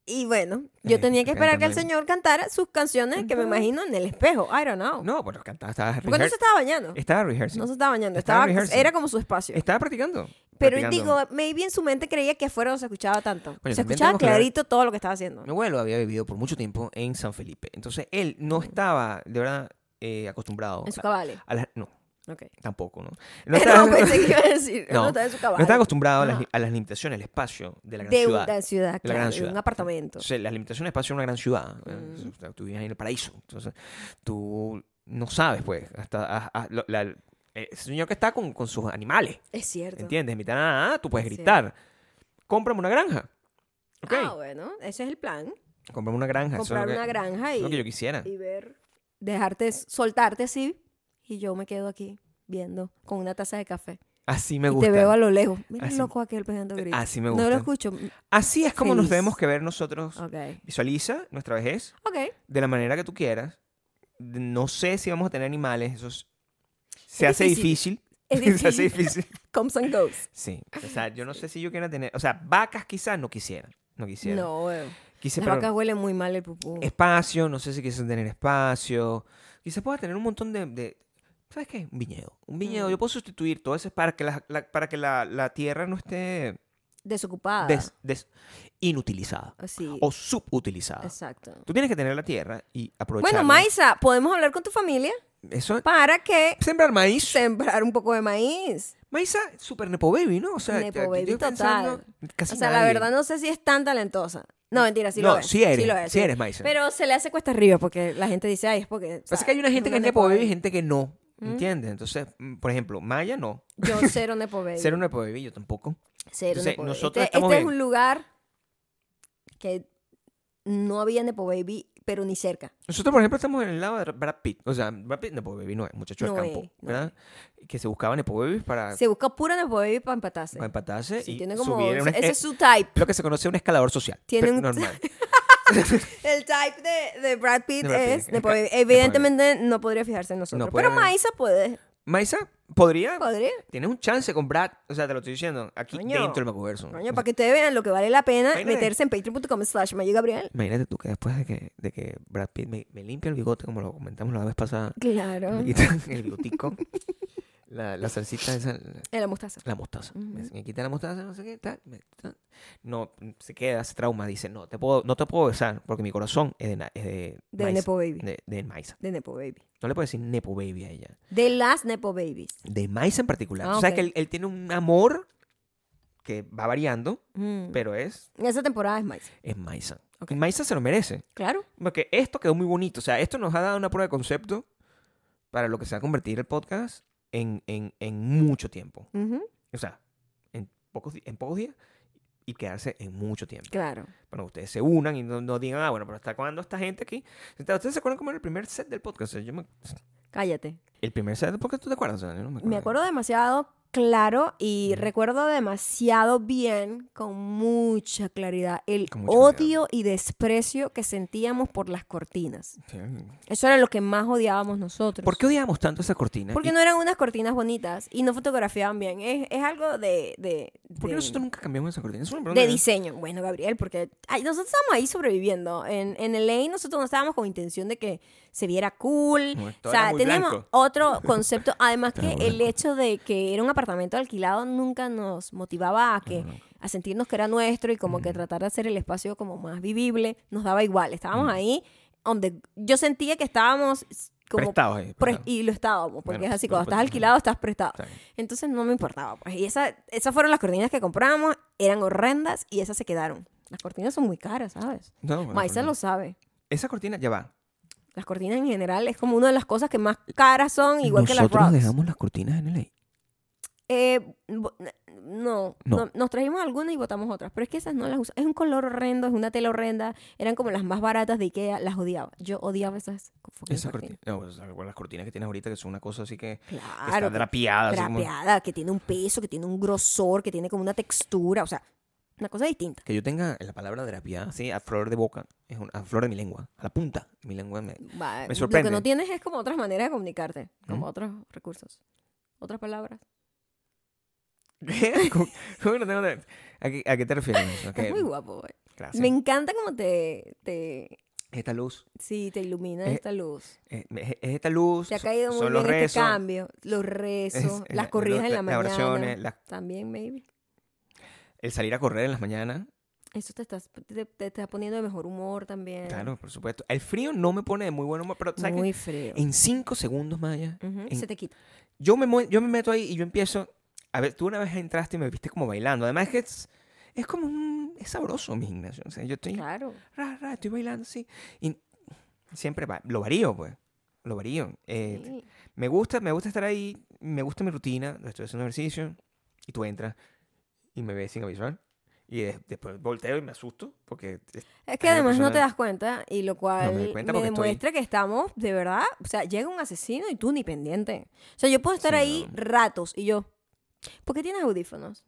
Y bueno, yo Eh, tenía que esperar que el cántame. señor cantara sus canciones que me Cantaba. imagino en el espejo. I don't know. No, bueno, cantaba, estaba Porque no se rehearsing. estaba bañando. Estaba rehearsing. No se estaba bañando. Estaba Estaba, rehearsing. era como su espacio. Estaba practicando. Pero practicando. digo, maybe en su mente creía que afuera no se escuchaba tanto. Coño, se también escuchaba tenemos que ver- clarito todo lo que estaba haciendo. Mi abuelo había vivido por mucho tiempo en San Felipe. Entonces él no estaba, de verdad, eh, acostumbrado. Mm. En su a- cabale. a las- no, Ok. (laughs) tampoco, ¿no? No No, estaba, pensé (laughs) que iba a decir. No, No, estaba en su no cabale. estaba acostumbrado a las, Ajá. a las limitaciones, al espacio de la gran de ciudad. una ciudad, gran claro, de un ciudad. apartamento. O sea, las limitaciones de espacio en una gran ciudad. eh, Mm. o sea, Tú vivías en el paraíso. Entonces, tú no sabes, pues, hasta... a- a- lo- la- eh, ese señor que está con, con sus animales, Es cierto. ¿entiendes? En mitad de la nada, tú puedes Sí. gritar. Cómprame una granja. Ok. Ah, bueno, ese es el plan. Cómprame una granja. eso es lo Comprar que- una granja Lo que yo y, quisiera. y ver, dejarte, soltarte así. Y yo me quedo aquí viendo con una taza de café. Así me Y gusta. Ah, te veo a lo lejos. Mira el Así- loco aquel pegando gritos. Así me No gusta. lo escucho. (laughs) Mm, Así es como nos Feliz. tenemos que ver nosotros. Ok. Visualiza nuestra vejez (laughs) Ok. de la manera que tú quieras. De- No sé si vamos a tener animales. Eso es- se hace difícil. difícil. Es (laughs) se hace difícil. difícil. (laughs) Comes and goes. Sí. O sea, yo no sé si yo quiera tener. O sea, vacas quizás no quisiera. No quisiera. No, weón. Quise, Las pero vacas uh. huelen muy mal el pupú. espacio. No sé si quisiera tener espacio. Quizás pueda tener un montón de. de- ¿Sabes qué? Un viñedo. Un viñedo. Mm. Yo puedo sustituir todo ese para que la, la- para que la, la tierra no esté Desocupada. des- des- inutilizada Así. o subutilizada. Exacto. Tú tienes que tener la tierra y aprovecharla. Bueno, Maisa, podemos hablar con tu familia Eso para que sembrar maíz. sembrar un poco de maíz. Maíz es super nepo baby, ¿no? O sea, Nepo yo- yo baby estoy total. pensando, Casi o sea, la nadie. verdad no sé si es tan talentosa. No, mentira, sí lo no, es. sí eres, Sí sí, lo es. sí. eres Maíz. Pero se le hace cuesta arriba porque la gente dice, ay, es porque. Pasa que hay una gente que es nepo baby y gente que no, ¿entiendes? Entonces, mm, por ejemplo, Maya no, Yo (laughs) cero nepo baby. ser un nepo baby yo tampoco. Cero Entonces, Nepo Baby. nosotros este, estamos este es bien. un lugar que no había Nepo Baby, pero ni cerca. Nosotros, por ejemplo, estamos en el lado de Brad Pitt, o sea, Brad Pitt nepo baby no es, muchacho No del campo, es, no ¿verdad? Que se buscaba nepo baby para, Se busca pura Nepo Baby para empatarse. para empatarse Sí, Ah. y tiene como, subir una- ese eh, es su type. lo que se conoce un escalador social, Tiene pero un- (laughs) normal. El type de, de Brad Pitt De Brad Pitt, es es Nepo ca- Baby. Nepo Baby. Evidentemente no podría fijarse en nosotros. No pero puede. Maisa puede. Maisa podría Podría. Tienes un chance con Brad. O sea, te lo estoy diciendo. Aquí Coño. dentro del Macoverso. Coño, para que ustedes vean lo que vale la pena Imagínate. meterse en patreon.com slash Mayu Gabriel. Imagínate tú que después de que, de que Brad Pitt me, me limpia el bigote, como lo comentamos la vez pasada, Claro. me quitan (laughs) el bigotico, la, la salsita esa, la, En la mostaza. la mostaza. Me- Ujú. me, quita la mostaza, no sé qué, tal. me- tal. No, se queda, se trauma. Dice, no te puedo, no te puedo besar porque mi corazón es de, na- es de, De maíz, Nepo Baby. De, de maíz. De Nepo Baby. No le puedo decir Nepo Baby a ella. De las Nepo Babies. De maíz en particular. Ah, o sea, ok. que él, él tiene un amor que va variando, Mm. pero es, Esa temporada es maíz. es Maisa. Ok. Maisa se lo merece. Claro. Porque esto quedó muy bonito. O sea, esto nos ha dado una prueba de concepto para lo que se va a convertir el podcast en, en, en mucho tiempo. Ujú. O sea, en pocos, di- en pocos días y quedarse en mucho tiempo. Claro. Bueno, ustedes se unan y no, no digan, ah, bueno, pero ¿hasta cuándo esta gente aquí? ¿Ustedes se acuerdan cómo era el primer set del podcast? O sea, yo me- Cállate. El primer set del podcast, ¿tú te acuerdas? O sea, yo no me, acuerdo. Me acuerdo demasiado claro y Ujú. recuerdo demasiado bien, con mucha claridad, el Con mucha odio y desprecio que sentíamos por las cortinas. Sí. Eso era lo que más odiábamos nosotros. ¿Por qué odiamos tanto esa cortina? Porque ¿Y no eran unas cortinas bonitas y no fotografiaban bien. Es, es algo de, de, ¿Por qué de- nosotros nunca cambiamos esa cortina? Es una pregunta de que- diseño. Bueno, Gabriel, porque ay, nosotros estábamos ahí sobreviviendo. En, en LA nosotros no estábamos con intención de que se viera cool. Bueno, todo o era sea, muy teníamos blanco. otro (laughs) concepto. Además que Estaba el blanco. hecho de que era un apartamento alquilado nunca nos motivaba a que a sentirnos que era nuestro y como Mm. que tratar de hacer el espacio como más vivible nos daba igual. Estábamos Mm. ahí donde yo sentía que estábamos como Prestados ahí, pre- prestados. y lo estábamos, porque Bueno, es así, pues, cuando estás pues, ajá. alquilado estás prestado. Está bien. Entonces no me importaba. Pues. Y esa, esas fueron las cortinas que compramos, eran horrendas y esas se quedaron. Las cortinas son muy caras, ¿sabes? No, bueno, Maisa pero- lo sabe. Esa cortina ya va. Las cortinas en general es como una de las cosas que más caras son, igual Nosotros que las rocks. dejamos las cortinas en el Eh, bo- n- no, No. no, nos trajimos algunas y botamos otras, pero es que esas no las usamos. Es un color horrendo, es una tela horrenda, eran como las más baratas de Ikea, las odiaba. Yo odiaba esas fucking Esa cortina. cortinas. No, pues, bueno, las cortinas que tienes ahorita que son una cosa así que, que Claro, está drapeada. así como- trapeada, que tiene un peso, que tiene un grosor, que tiene como una textura, o sea, una cosa distinta. que yo tenga la palabra drapeada así a flor de boca, es un- a flor de mi lengua, a la punta de mi (laughs) lengua. me- (laughs) Va, Lo sorprende. que no tienes es como otras maneras de comunicarte, como ¿Mm? otros recursos, otras palabras. ¿Qué? ¿Cómo- cómo no tengo de- ¿A, qué, a qué te refieres? Ok, Es muy guapo, güey. Gracias. Me encanta cómo te, te, Esta luz. sí, te ilumina Eh, esta luz. eh, me- Es, esta luz. Te ha so- caído muy son los bien este rezos, cambio. Los rezos, es- las es- corridas en la las oraciones, mañana. las- También, maybe. el salir a correr en las mañanas. Eso te, estás, te, te está poniendo de mejor humor también. Claro, por supuesto. El frío no me pone de muy buen humor, pero ¿sabes qué? Eh. Muy frío. En cinco segundos, Maya, Ujú, en- Se te quita. yo me, mue- yo me meto ahí y yo empiezo. A ver, tú una vez entraste y me viste como bailando. Además, es que es, es como un. Es sabroso mi gimnasio. O sea, yo estoy. Claro. Ra, ra, estoy bailando así. Y siempre va- lo varío, pues. Lo varío. Eh, sí. Me gusta, me gusta estar ahí. Me gusta mi rutina. Estoy haciendo ejercicio. Y tú entras y me ves sin avisar. Y de- después volteo y me asusto porque es- Es que hay una además no te persona- das cuenta y lo No me cual doy me, cuenta porque estoy- demuestra que estamos de verdad, o sea, llega un asesino y tú ni pendiente. O sea, yo puedo estar Sí, ahí no. ratos y yo, ¿por qué tienes audífonos?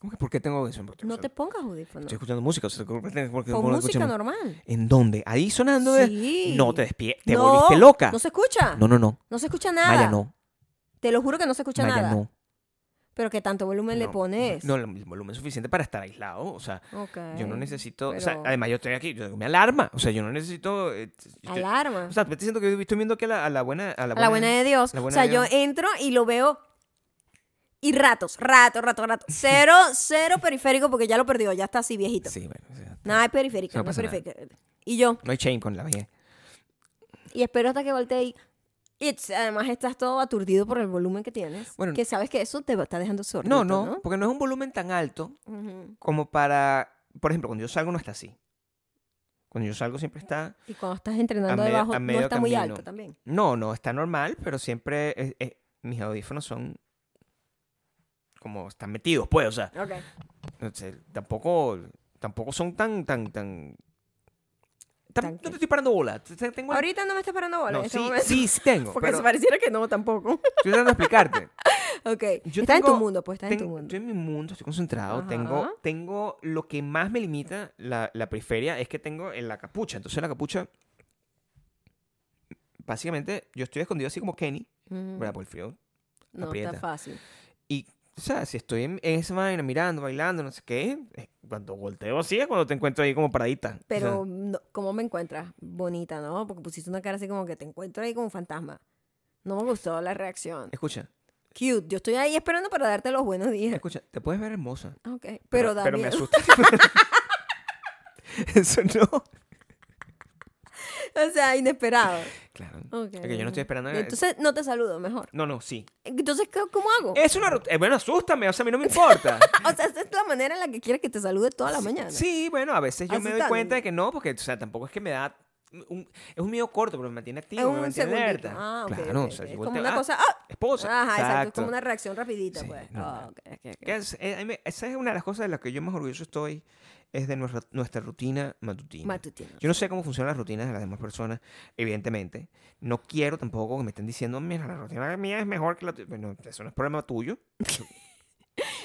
¿Cómo que por qué tengo eso? Porque, o No sea, te pongas audífonos. Estoy escuchando música. o sea, ¿cómo pretendes? Porque Pon no música escuchas- normal. ¿En dónde? Ahí sonando. de- Sí. No te despides. Te No, volviste loca. No se escucha. No, No, no, no. se escucha nada. Maya no. Te lo juro que no se escucha Maya nada. no. Pero que tanto volumen le No, pones. No, el volumen suficiente para estar aislado. O sea, Ok. Yo no necesito, o sea, pero- además yo estoy aquí, yo tengo mi alarma, o sea, yo no necesito... eh, t- yo- Alarma. o sea, te estoy diciendo que yo estoy viendo que la, a la buena... A la a la buena de Dios. la o buena sea, de yo Dios. entro y lo veo. Y ratos, rato, rato, (laughs) rato. Cero, cero periférico porque ya lo perdió, ya está así viejito. Sí, bueno, o sea, Nada de periférico, Eso no no, es pasa nada. periférico. Y yo, no hay chain con la vieja. y espero hasta que voltee y. y es- además estás todo aturdido por el volumen que tienes. Bueno. que sabes que eso te va- está dejando sordo. No, no, porque no es un volumen tan alto Ujú. como para... Por ejemplo, cuando yo salgo no está así. Cuando yo salgo siempre está... Y cuando estás entrenando A medio- debajo, a no medio está muy camino. alto también. No, no, está normal, pero siempre eh, eh, mis audífonos son... Como están metidos, pues, o sea, Ok. no sé, tampoco, tampoco son tan, tan, tan... tan- ¿Tan no qué? te estoy parando bola. Tengo Ahorita no me estás parando bola No, en este sí, momento. sí, sí (laughs) tengo. porque pero se pareciera que no tampoco. (laughs) estoy tratando de explicarte. ok. Yo estás en tu tengo- mundo, pues estás en tu Tengo- mundo. estoy en mi mundo, estoy concentrado. Ajá. Tengo, tengo lo que más me limita la, la periferia es que tengo en la capucha. Entonces la capucha, básicamente, yo estoy escondido así como Kenny, Ujú. ¿verdad? Por el frío. No aprieta. está fácil. Y, o sea, si estoy en, en esa vaina mirando, bailando, no sé qué, eh, cuando volteo así es cuando te encuentro ahí como paradita. O sea, Pero, no- ¿cómo me encuentras? Bonita, ¿no? Porque pusiste una cara así como que te encuentro ahí como un fantasma. No me gustó la reacción. escucha, Cute. Yo estoy ahí esperando para darte los buenos días. escucha, te puedes ver hermosa. (laughs) Ok. Pero, da pero me miedo. asusta. Eso no. (laughs) o sea, inesperado. Claro. Ok. Es que yo no estoy esperando. Entonces, no te saludo mejor. no, no, sí. Entonces, ¿qué- ¿cómo hago? Es una rut- eh, bueno, asústame, o sea, a mí no me (laughs) importa. O sea, esa es la manera en la que quieres que te salude toda la mañana. Sí, bueno, a veces yo me doy Asustando. cuenta de que no, porque, o sea, tampoco es que me da. un- es un miedo corto, pero me mantiene activo, Es me un mantiene segundito. alerta. Ah, ok, claro, ok, o sea, ok. si Es volteo, como una ah, cosa. ¡Ah! Esposa. Ajá, exacto. Es como una exacto. reacción rapidita, Sí, pues. no, Ah, no. ok, ok, ok. Que es- eh, a mí- esa es una de las cosas de las que yo más orgulloso estoy, es de nuestra, nuestra rutina matutina. Matutino. Yo no sé cómo funcionan las rutinas de las demás personas, evidentemente. No quiero tampoco que me estén diciendo, mira, la rutina mía es mejor que la tuya. Bueno, eso no es problema tuyo,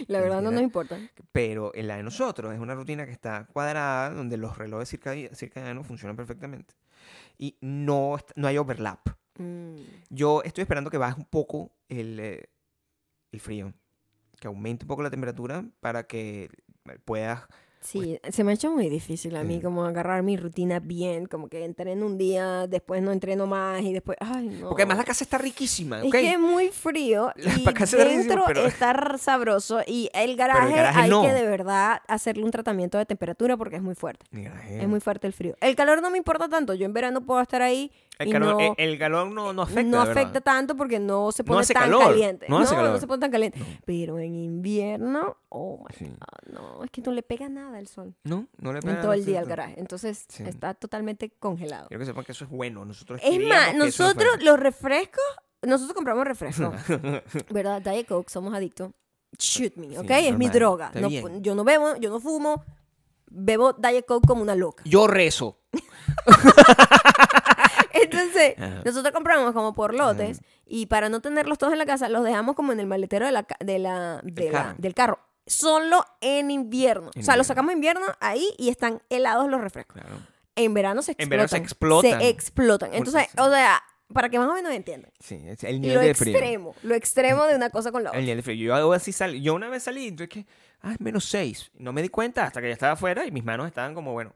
La verdad no Mira. nos importa. pero en la de nosotros es una rutina que está cuadrada, donde los relojes circadi- circadianos funcionan perfectamente. Y no, est- no hay overlap. Mm. Yo estoy esperando que baje un poco el, eh, el frío, que aumente un poco la temperatura para que puedas Sí, se me ha hecho muy difícil a mí Sí. como agarrar mi rutina bien, como que entreno un día, después no entreno más y después, ay no. Porque además la casa está riquísima, Es ¿ok? que es muy frío La y vaca se da riquísimo, dentro pero- está r- sabroso y el garaje, garaje hay no. que de verdad hacerle un tratamiento de temperatura porque es muy fuerte. Mira, eh, Es muy fuerte el frío. El calor no me importa tanto, yo en verano puedo estar ahí el, y calor, no, eh, el calor no, no afecta. no de verdad. afecta tanto porque no se pone hace tan calor, caliente. no hace calor. se pone tan caliente. No. Pero en invierno, oh my Sí. God, no, es que no le pega nada el sol. No, no le pega en todo el nada, día al sí, garaje. Entonces Sí. está totalmente congelado. Quiero que sepan que eso es bueno. Nosotros Es queríamos más, que eso nos nosotros los refrescos, nosotros compramos refrescos, (laughs) ¿verdad? Diet Coke, somos adictos. Shoot me, Sí, ¿ok? es mi normal, droga. está No bien. fu- yo no bebo, yo no fumo, bebo Diet Coke como una loca. (laughs) fuera. Yo rezo. Entonces, Ajá. nosotros compramos como por lotes y para no tenerlos todos en la casa, los dejamos como en el maletero de la, ca- de la, de la- Del carro. del carro. Solo en invierno. En o sea, invierno. los sacamos en invierno ahí y están helados los refrescos. Claro. En verano se explotan. En verano se explotan. Se explotan. Porque Entonces, sí. o sea, para que más o menos entiendan. Sí, es el nivel Lo de frío. extremo, lo extremo de una cosa con la El otra. nivel de frío. Yo, algo así sal- yo una vez salí, entonces que, ah, es menos 6. No me di cuenta hasta que ya estaba afuera y mis manos estaban como, bueno.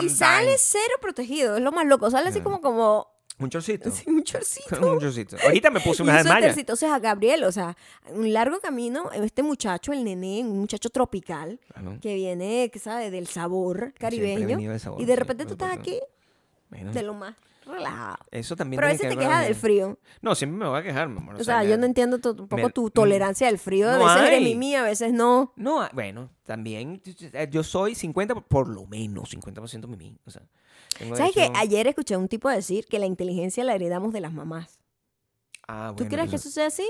Y I'm sale dying. Ah. cero protegido, es lo más loco. Sale así como Claro. como Un chorcito. sí, (laughs) un chorcito. (laughs) un chorcito. Ahorita me puse (laughs) Y unas un mallas. suétercito. O sea, Gabriel, o sea, un largo camino. Este muchacho, el nené, un muchacho tropical Claro. que viene, que sabe, del sabor Siempre Ah, he caribeño. venido de sabor, y de sí, repente tú por estás aquí supuesto. Bueno, de lo más relajado. Eso también Pero a tiene veces que te ver con la quejas del vida. frío. No, siempre me voy a quejar, mi amor. O sea, yo ya- no entiendo tu- un poco me- mm. tu tolerancia al frío. A No veces eres hay. mimi, a veces no. No, ah, bueno, también eh, yo soy 50, por- por lo menos 50% mimí. O sea, tengo ¿Sabes de qué? hecho- Ayer escuché a un tipo decir que la inteligencia la heredamos de las mamás. Ah, ¿Tú bueno, crees que entonces, eso sea así?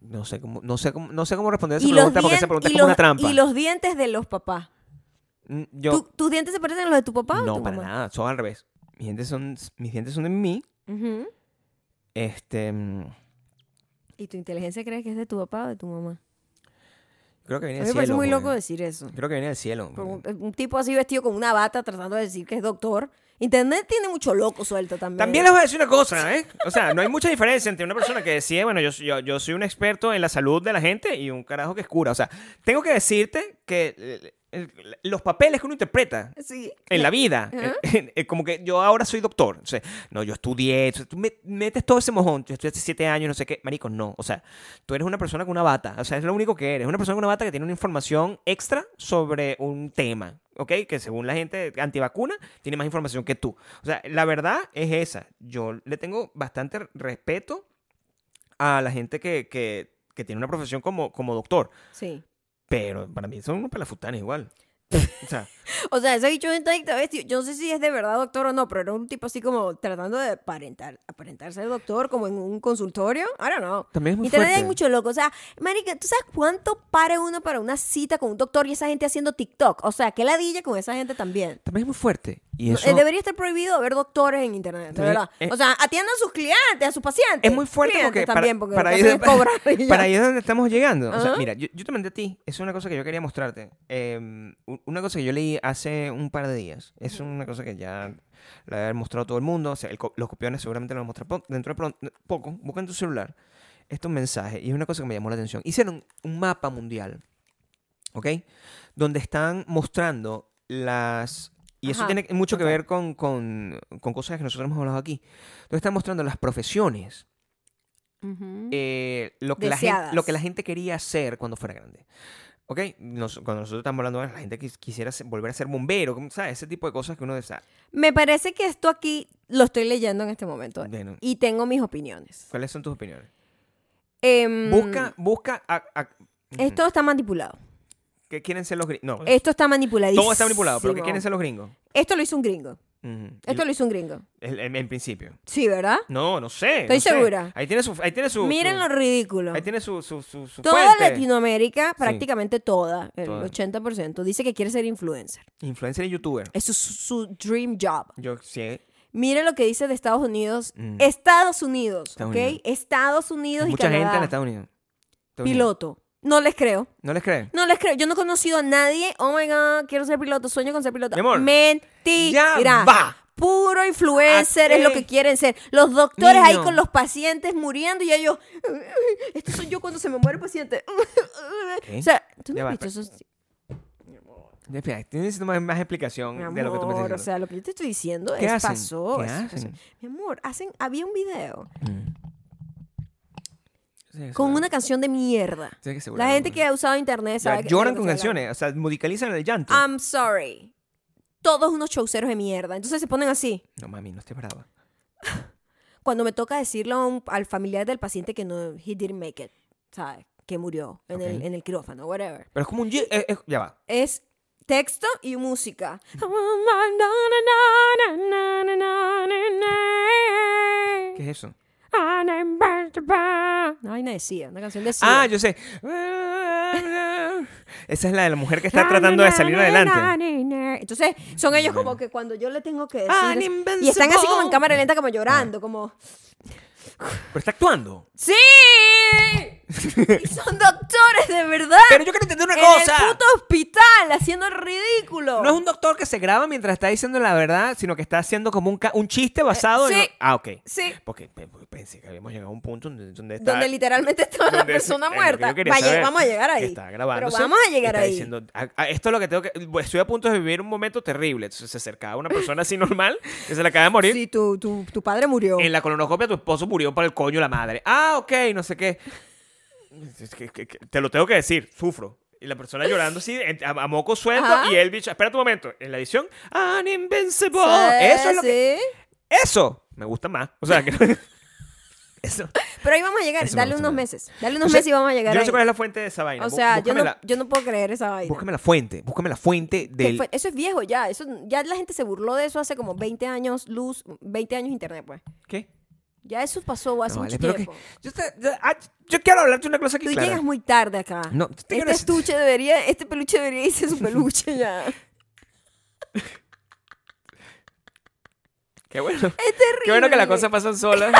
No sé cómo, no sé cómo, no sé cómo responder esa Y los, pregunta porque esa dien- pregunta y es como una los- trampa. y los dientes de los papás. Mm, Yo, ¿Tú- ¿Tus dientes se parecen a los de tu papá o no, tu para mamá? nada, son al revés. Mis dientes son, mis dientes son de mimí. Ujú. Este, mm, ¿Y tu inteligencia crees que es de tu papá o de tu mamá? creo que A viene mí me del cielo. pues. parece muy porque- loco decir eso. Creo que viene del cielo. Por Un, eh, porque- un tipo así vestido con una bata tratando de decir que es doctor. Internet tiene mucho loco suelto también. También les voy a decir una cosa, ¿eh? O sea, no hay mucha diferencia entre una persona que decide, bueno, yo, yo, yo soy un experto en la salud de la gente y un carajo que es cura. O sea, tengo que decirte que eh, el- los papeles que uno interpreta Sí. en la vida, (laughs) eh, eh, como que yo ahora soy doctor. O sea, no, yo estudié, o sea, tú me- metes todo ese mojón, yo estudié hace siete años, no sé qué, marico, no. O sea, tú eres una persona con una bata, o sea, es lo único que eres, una persona con una bata que tiene una información extra sobre un tema. ¿Ok? Que según la gente antivacuna, tiene más información que tú. O sea, la verdad es esa. Yo le tengo bastante respeto a la gente que, que- que tiene una profesión como, como doctor. Sí. Pero para mí son unos pelafutanes igual. O sea, O sea, ese bicho está adicto a vestir. Yo no sé si es de verdad doctor o no, pero era un tipo así como tratando de aparentar, aparentar ser doctor, como en un consultorio. Ahora no. también es muy Internet hay fuerte. mucho loco. O sea, Marica, ¿tú sabes cuánto para uno para una cita con un doctor y esa gente haciendo TikTok? O sea, qué ladilla con esa gente también. También es muy fuerte. Y No, eso... eh, Debería estar prohibido ver doctores en internet, de También verdad. es- O sea, atiendan a sus clientes, a sus pacientes. Es muy fuerte Clientes porque para- también, porque (laughs) para lo que ir- hacen es cobrar y ya. Para ahí es donde estamos llegando. O sea, Ajá. mira, yo, yo te mandé a ti. Es una cosa que yo quería mostrarte. Eh, u- una cosa que yo leí hace un par de días. Es una cosa que ya la he mostrado a todo el mundo. O sea, el co- los copiones seguramente lo van a mostrar po- dentro de pron- poco. Busca en tu celular estos mensajes. Y es una cosa que me llamó la atención. Hicieron un mapa mundial. ¿Ok? Donde están mostrando las... Y eso Ajá. tiene mucho que ver con, con- con cosas que nosotros hemos hablado aquí. Donde están mostrando las profesiones Ujú. eh, lo, que la gente, Deseadas. lo que la gente quería hacer cuando fuera grande. Ok, nos- cuando nosotros estamos hablando, bueno, la gente quis- quisiera ser- volver a ser bombero, como, ¿sabes? Ese tipo de cosas que uno dice, ah, Me parece que esto aquí lo estoy leyendo en este momento bueno, y tengo mis opiniones. ¿Cuáles son tus opiniones? Em, Busca, busca a, a- Esto está manipulado. ¿Qué quieren ser los gringos? No, Esto está manipuladísimo. todo está manipulado, pero ¿qué quieren ser los gringos? Esto lo hizo un gringo. Ujú. Y- Esto lo hizo un gringo. el- el- en principio. Sí, ¿verdad? No, no sé. Estoy no sé. segura. Ahí tiene su. Ahí tiene su, Miren su- lo ridículo. Ahí tiene su. su, su, su Toda fuente. Latinoamérica, prácticamente toda, el Toda. 80%, dice que quiere ser influencer. Influencer y youtuber. Eso es su, su dream job. Yo sí. Mire lo que dice de Estados Unidos. Mm. Estados Unidos, Estados ¿ok? Unidos. Estados Unidos y Mucha Canadá. gente en Estados Unidos. Estados Unidos. Piloto. No les creo. ¿No les creen? No les creo. Yo no he conocido a nadie. Oh my God, quiero ser piloto. Sueño con ser piloto. Mi amor, Mentira. ya va. (laughs) Puro influencer ¿A es lo qué? que quieren ser. Los doctores ahí Niño. con los pacientes muriendo y ellos. Esto soy yo cuando se me muere el paciente. Mm, ¿Qué? O sea, tú Ya no va, has visto eso. Espera, tienes más, más explicación Mi Mm, de lo que tú me estás amor, o diciendo. sea, lo que yo te estoy diciendo ¿Qué es hacen? pasó. ¿Qué eso pasó. hacen? Mi amor, hacen, había un video Sí, eso con es- una canción de mierda. tienes que asegurar La gente algo. que ha usado internet Ya sabe que- lloran de lo que con estoy hablando. canciones, o sea, musicalizan el llanto. I'm sorry. Todos unos showceros de mierda. Entonces se ponen así. No mami, no estoy brava. Cuando me toca decirlo a un- al familiar del paciente que no, he didn't make it, ¿sabes? Que murió en, el, Ok. en el quirófano, whatever. Pero es como un ye- eh, eh, ya va. Es texto y música. ¿Qué ¿Qué es eso? No, hay una de Sia, una canción de Sia. Ah, yo sé. (laughs) Esa es la de la mujer que está tratando de salir adelante. Entonces, son ellos como que cuando yo le tengo que Ah, decir. Y están así como en cámara lenta, como llorando, como. Pero está actuando. ¡Sí! Y (laughs) son doctores de verdad. Pero yo quiero entender una en cosa. Ah, el puto hospital, haciendo el ridículo. No es un doctor que se graba mientras está diciendo la verdad, sino que está haciendo como un, ca- un chiste basado en... Eh, sí. lo- Ah, ok. Sí. Porque pe- pe- pensé que habíamos llegado a un punto donde, donde está... Donde literalmente (laughs) estaba la donde- persona es lo que muerta. yo quería Va a saber. llegar- vamos a llegar ahí. Está grabando. Pero vamos a llegar ahí. Diciendo, "Ah, ah, esto es lo que tengo que. pues, Estoy a punto de vivir un momento terrible. Entonces se acercaba una persona así normal que se le acaba de morir. Sí, tu, tu, tu padre murió. En la colonoscopia tu esposo murió por el coño de la madre. Ah, ok, no sé qué. Es que- que- que- Te lo tengo que decir, sufro. Y la persona llorando así, en- a, a moco suelto, Ajá. y el bicho, espérate un momento, en la edición, I'm invincible. Sí, ¡Oh! eso es lo que... sí. Eso me gusta más. O (laughs) sea, que... (laughs) eso. Pero ahí vamos a llegar. Eso me Dale gusta unos más. meses. Dale O unos sea, meses y vamos a llegar Yo no ahí. sé cuál es la fuente de esa vaina. O Bú- sea, yo no, búscamela. yo no puedo creer esa vaina. Búscame la fuente, búscame la fuente Que del... fue- eso es viejo ya, eso ya la gente se burló de eso hace como 20 años luz, 20 años internet pues. ¿Qué? Ya eso pasó hace No, vale, mucho pero que- tiempo. yo, te- yo- ah, yo quiero hablarte una cosa aquí Tú clara. llegas muy tarde acá. No, te este quiero decir- estuche debería, este peluche debería irse a (laughs) su peluche ya. (laughs) Qué bueno. terrible. Qué bueno que las cosas (laughs) pasan solas.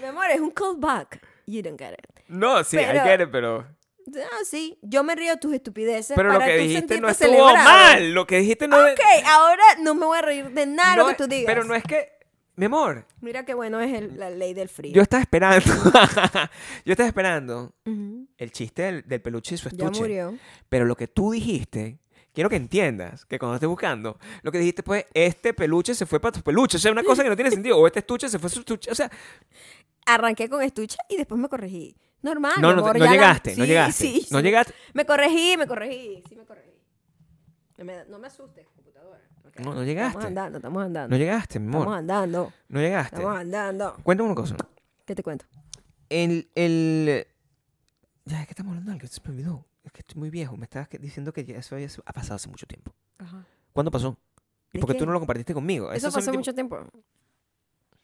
Mi amor, es un callback. You don't get it. No, sí, hay Pero- que ver, pero... Ah, sí, yo me río de tus estupideces Pero lo para que tú dijiste sentirte no estuvo celebrado. mal. Lo que dijiste no... Ok, ahora no me voy a reír de nada no lo que tú es- digas. Pero no es que... Mi amor, Mira qué bueno es el- la ley del frío. yo estaba esperando. (laughs) yo estaba esperando Ujú, el chiste del, del peluche y su Ya estuche. murió. Pero lo que tú dijiste, quiero que entiendas que cuando estés buscando, lo que dijiste pues, este peluche se fue para tus peluches. O sea, una cosa que no tiene sentido. O este estuche se fue a su estuche. O sea, arranqué con estuche y después me corregí. Normal. no, Ah, mi no, amor, no ya la- llegaste, no sí, llegaste. sí, no sí. llegaste. Me corregí, me corregí, sí me corregí. No me, no me asustes, computadora. Ok. No, no llegaste. Estamos andando, estamos andando. No llegaste, mi estamos amor. andando, No llegaste. estamos andando. Cuéntame una cosa. ¿Qué te cuento? El, el... Ya, es que estamos hablando de algo, se me olvidó. Es que estoy muy viejo. Me estabas que- diciendo que ya eso ya se- ha pasado hace mucho tiempo. ¿Cuándo pasó? ¿Y ¿De por qué tú qué? no lo compartiste conmigo? Eso Esos son pasó tipo- mucho tiempo.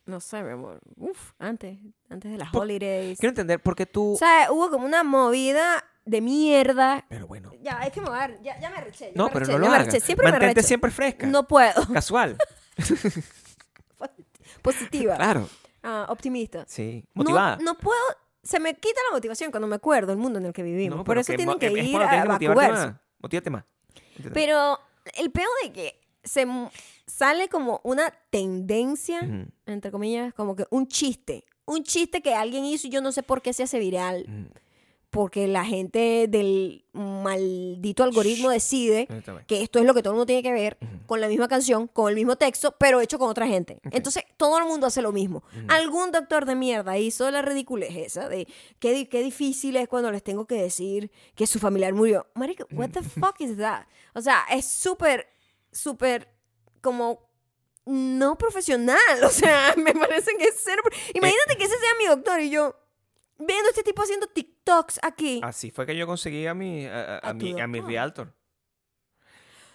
No sé, mi amor. Uf, antes, antes de las Por- holidays. Quiero entender por qué tú... O sea, hubo como una movida de mierda. Pero bueno. Ya, es que me voy a dar- ya, ya me arreché. ya No, me pero arreché, no lo ya me hagas. arreché, eh, Siempre me Mantente arreché. siempre fresca. No puedo. (laughs) Casual. Positiva. Claro. Ah, optimista. Sí. No- Motivada. No, puedo. Se me quita la motivación cuando me acuerdo el mundo en el que vivimos. No, Por pero eso que tienen mo- que es- es ir cuando a tienes que motivarte vacuarse. más. Motívate más. Motívate más. Pero el peor de que se m- sale como una tendencia, Ujú, entre comillas, como que un chiste. Un chiste que alguien hizo y yo no sé por qué se hace viral. ujú. porque la gente del maldito algoritmo decide que esto es lo que todo el mundo tiene que ver con la misma canción, con el mismo texto, pero hecho con otra gente. Entonces, todo el mundo hace lo mismo. Algún doctor de mierda hizo la ridiculez esa de qué, di- qué difícil es cuando les tengo que decir que su familiar murió. Marico, what the fuck is that? O sea, es súper, súper como no profesional. (laughs) O sea, me parece que es cero. Eh. pro- Imagínate que ese sea mi doctor y yo viendo este tipo haciendo TikToks aquí. Así fue que yo conseguí a mi, a, a- a A tu mi, a mi doctor. realtor.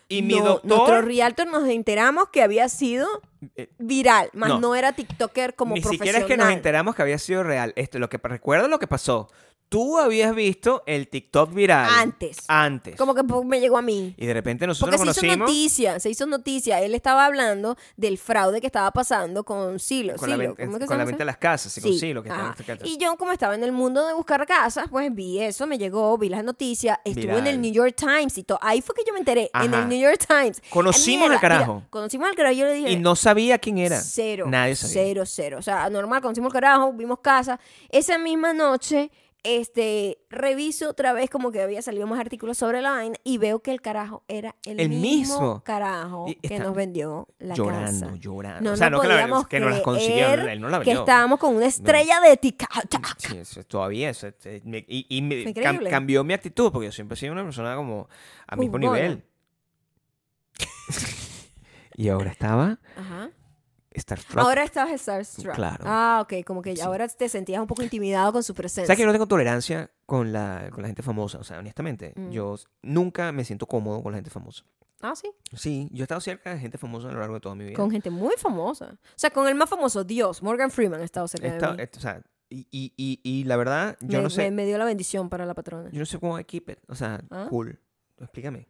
Y mi No, Nuestro doctor realtor nos enteramos que había sido eh, viral, más No. no, era TikToker como ni profesional. siquiera es que nos enteramos que había sido real. Esto, lo que recuerda lo que pasó. Tú habías visto el TikTok viral Antes. Antes. Como que po- me llegó a mí. Y de repente nosotros Porque se lo hizo conocimos noticia, se hizo noticia. Él estaba hablando del fraude que estaba pasando con Silo. con, la, Silo, ven- ¿cómo que se con la llama venta ese? de las casas, sí, con Sí, sí, lo que ajá. está en- Y yo, como estaba en el mundo de buscar casas, pues vi eso, me llegó, vi las noticias, estuvo en Viral. el New York Times y todo. Ahí fue que yo me enteré, en Ajá. el New York Times. Conocimos al Mierda, carajo. mira, conocimos al carajo, yo le dije. Y no sabía quién era. Cero. Nadie sabía. Cero, cero. O sea, normal, conocimos el carajo, vimos casa. Esa misma noche, este, reviso otra vez como que había salido más artículos sobre la vaina y veo que el carajo era el, El mismo, mismo. carajo Y que está nos vendió la llorando, casa. llorando. No, o sea, no no que, la- podíamos que no las consiguió, creer él no la que vendió. estábamos con una estrella de TikTok. (laughs) Sí, eso, todavía eso, eh, me- y, y me Fue cam- increíble. cambió mi actitud porque yo siempre he sido una persona como a mismo Juzgona. (laughs) nivel. y ahora estaba Ajá. Starstruck. Ahora estabas starstruck. Claro. Ah, ok. Como que Sí. ahora te sentías un poco intimidado con su presencia. ¿Sabes que yo no tengo tolerancia con la, con la gente famosa? O sea, honestamente, Mm. yo s- nunca me siento cómodo con la gente famosa. Ah, sí. Sí, yo he estado cerca de gente famosa a lo largo de toda mi vida. Con gente muy famosa. O sea, con el más famoso, Dios, Morgan Freeman, ha estado cerca He estado- de mí. he- o sea, y, y, y, y la verdad, yo me, no sé. me- me dio la bendición para la patrona. Yo no sé cómo I keep it. O sea, ¿Ah? cool. Explícame.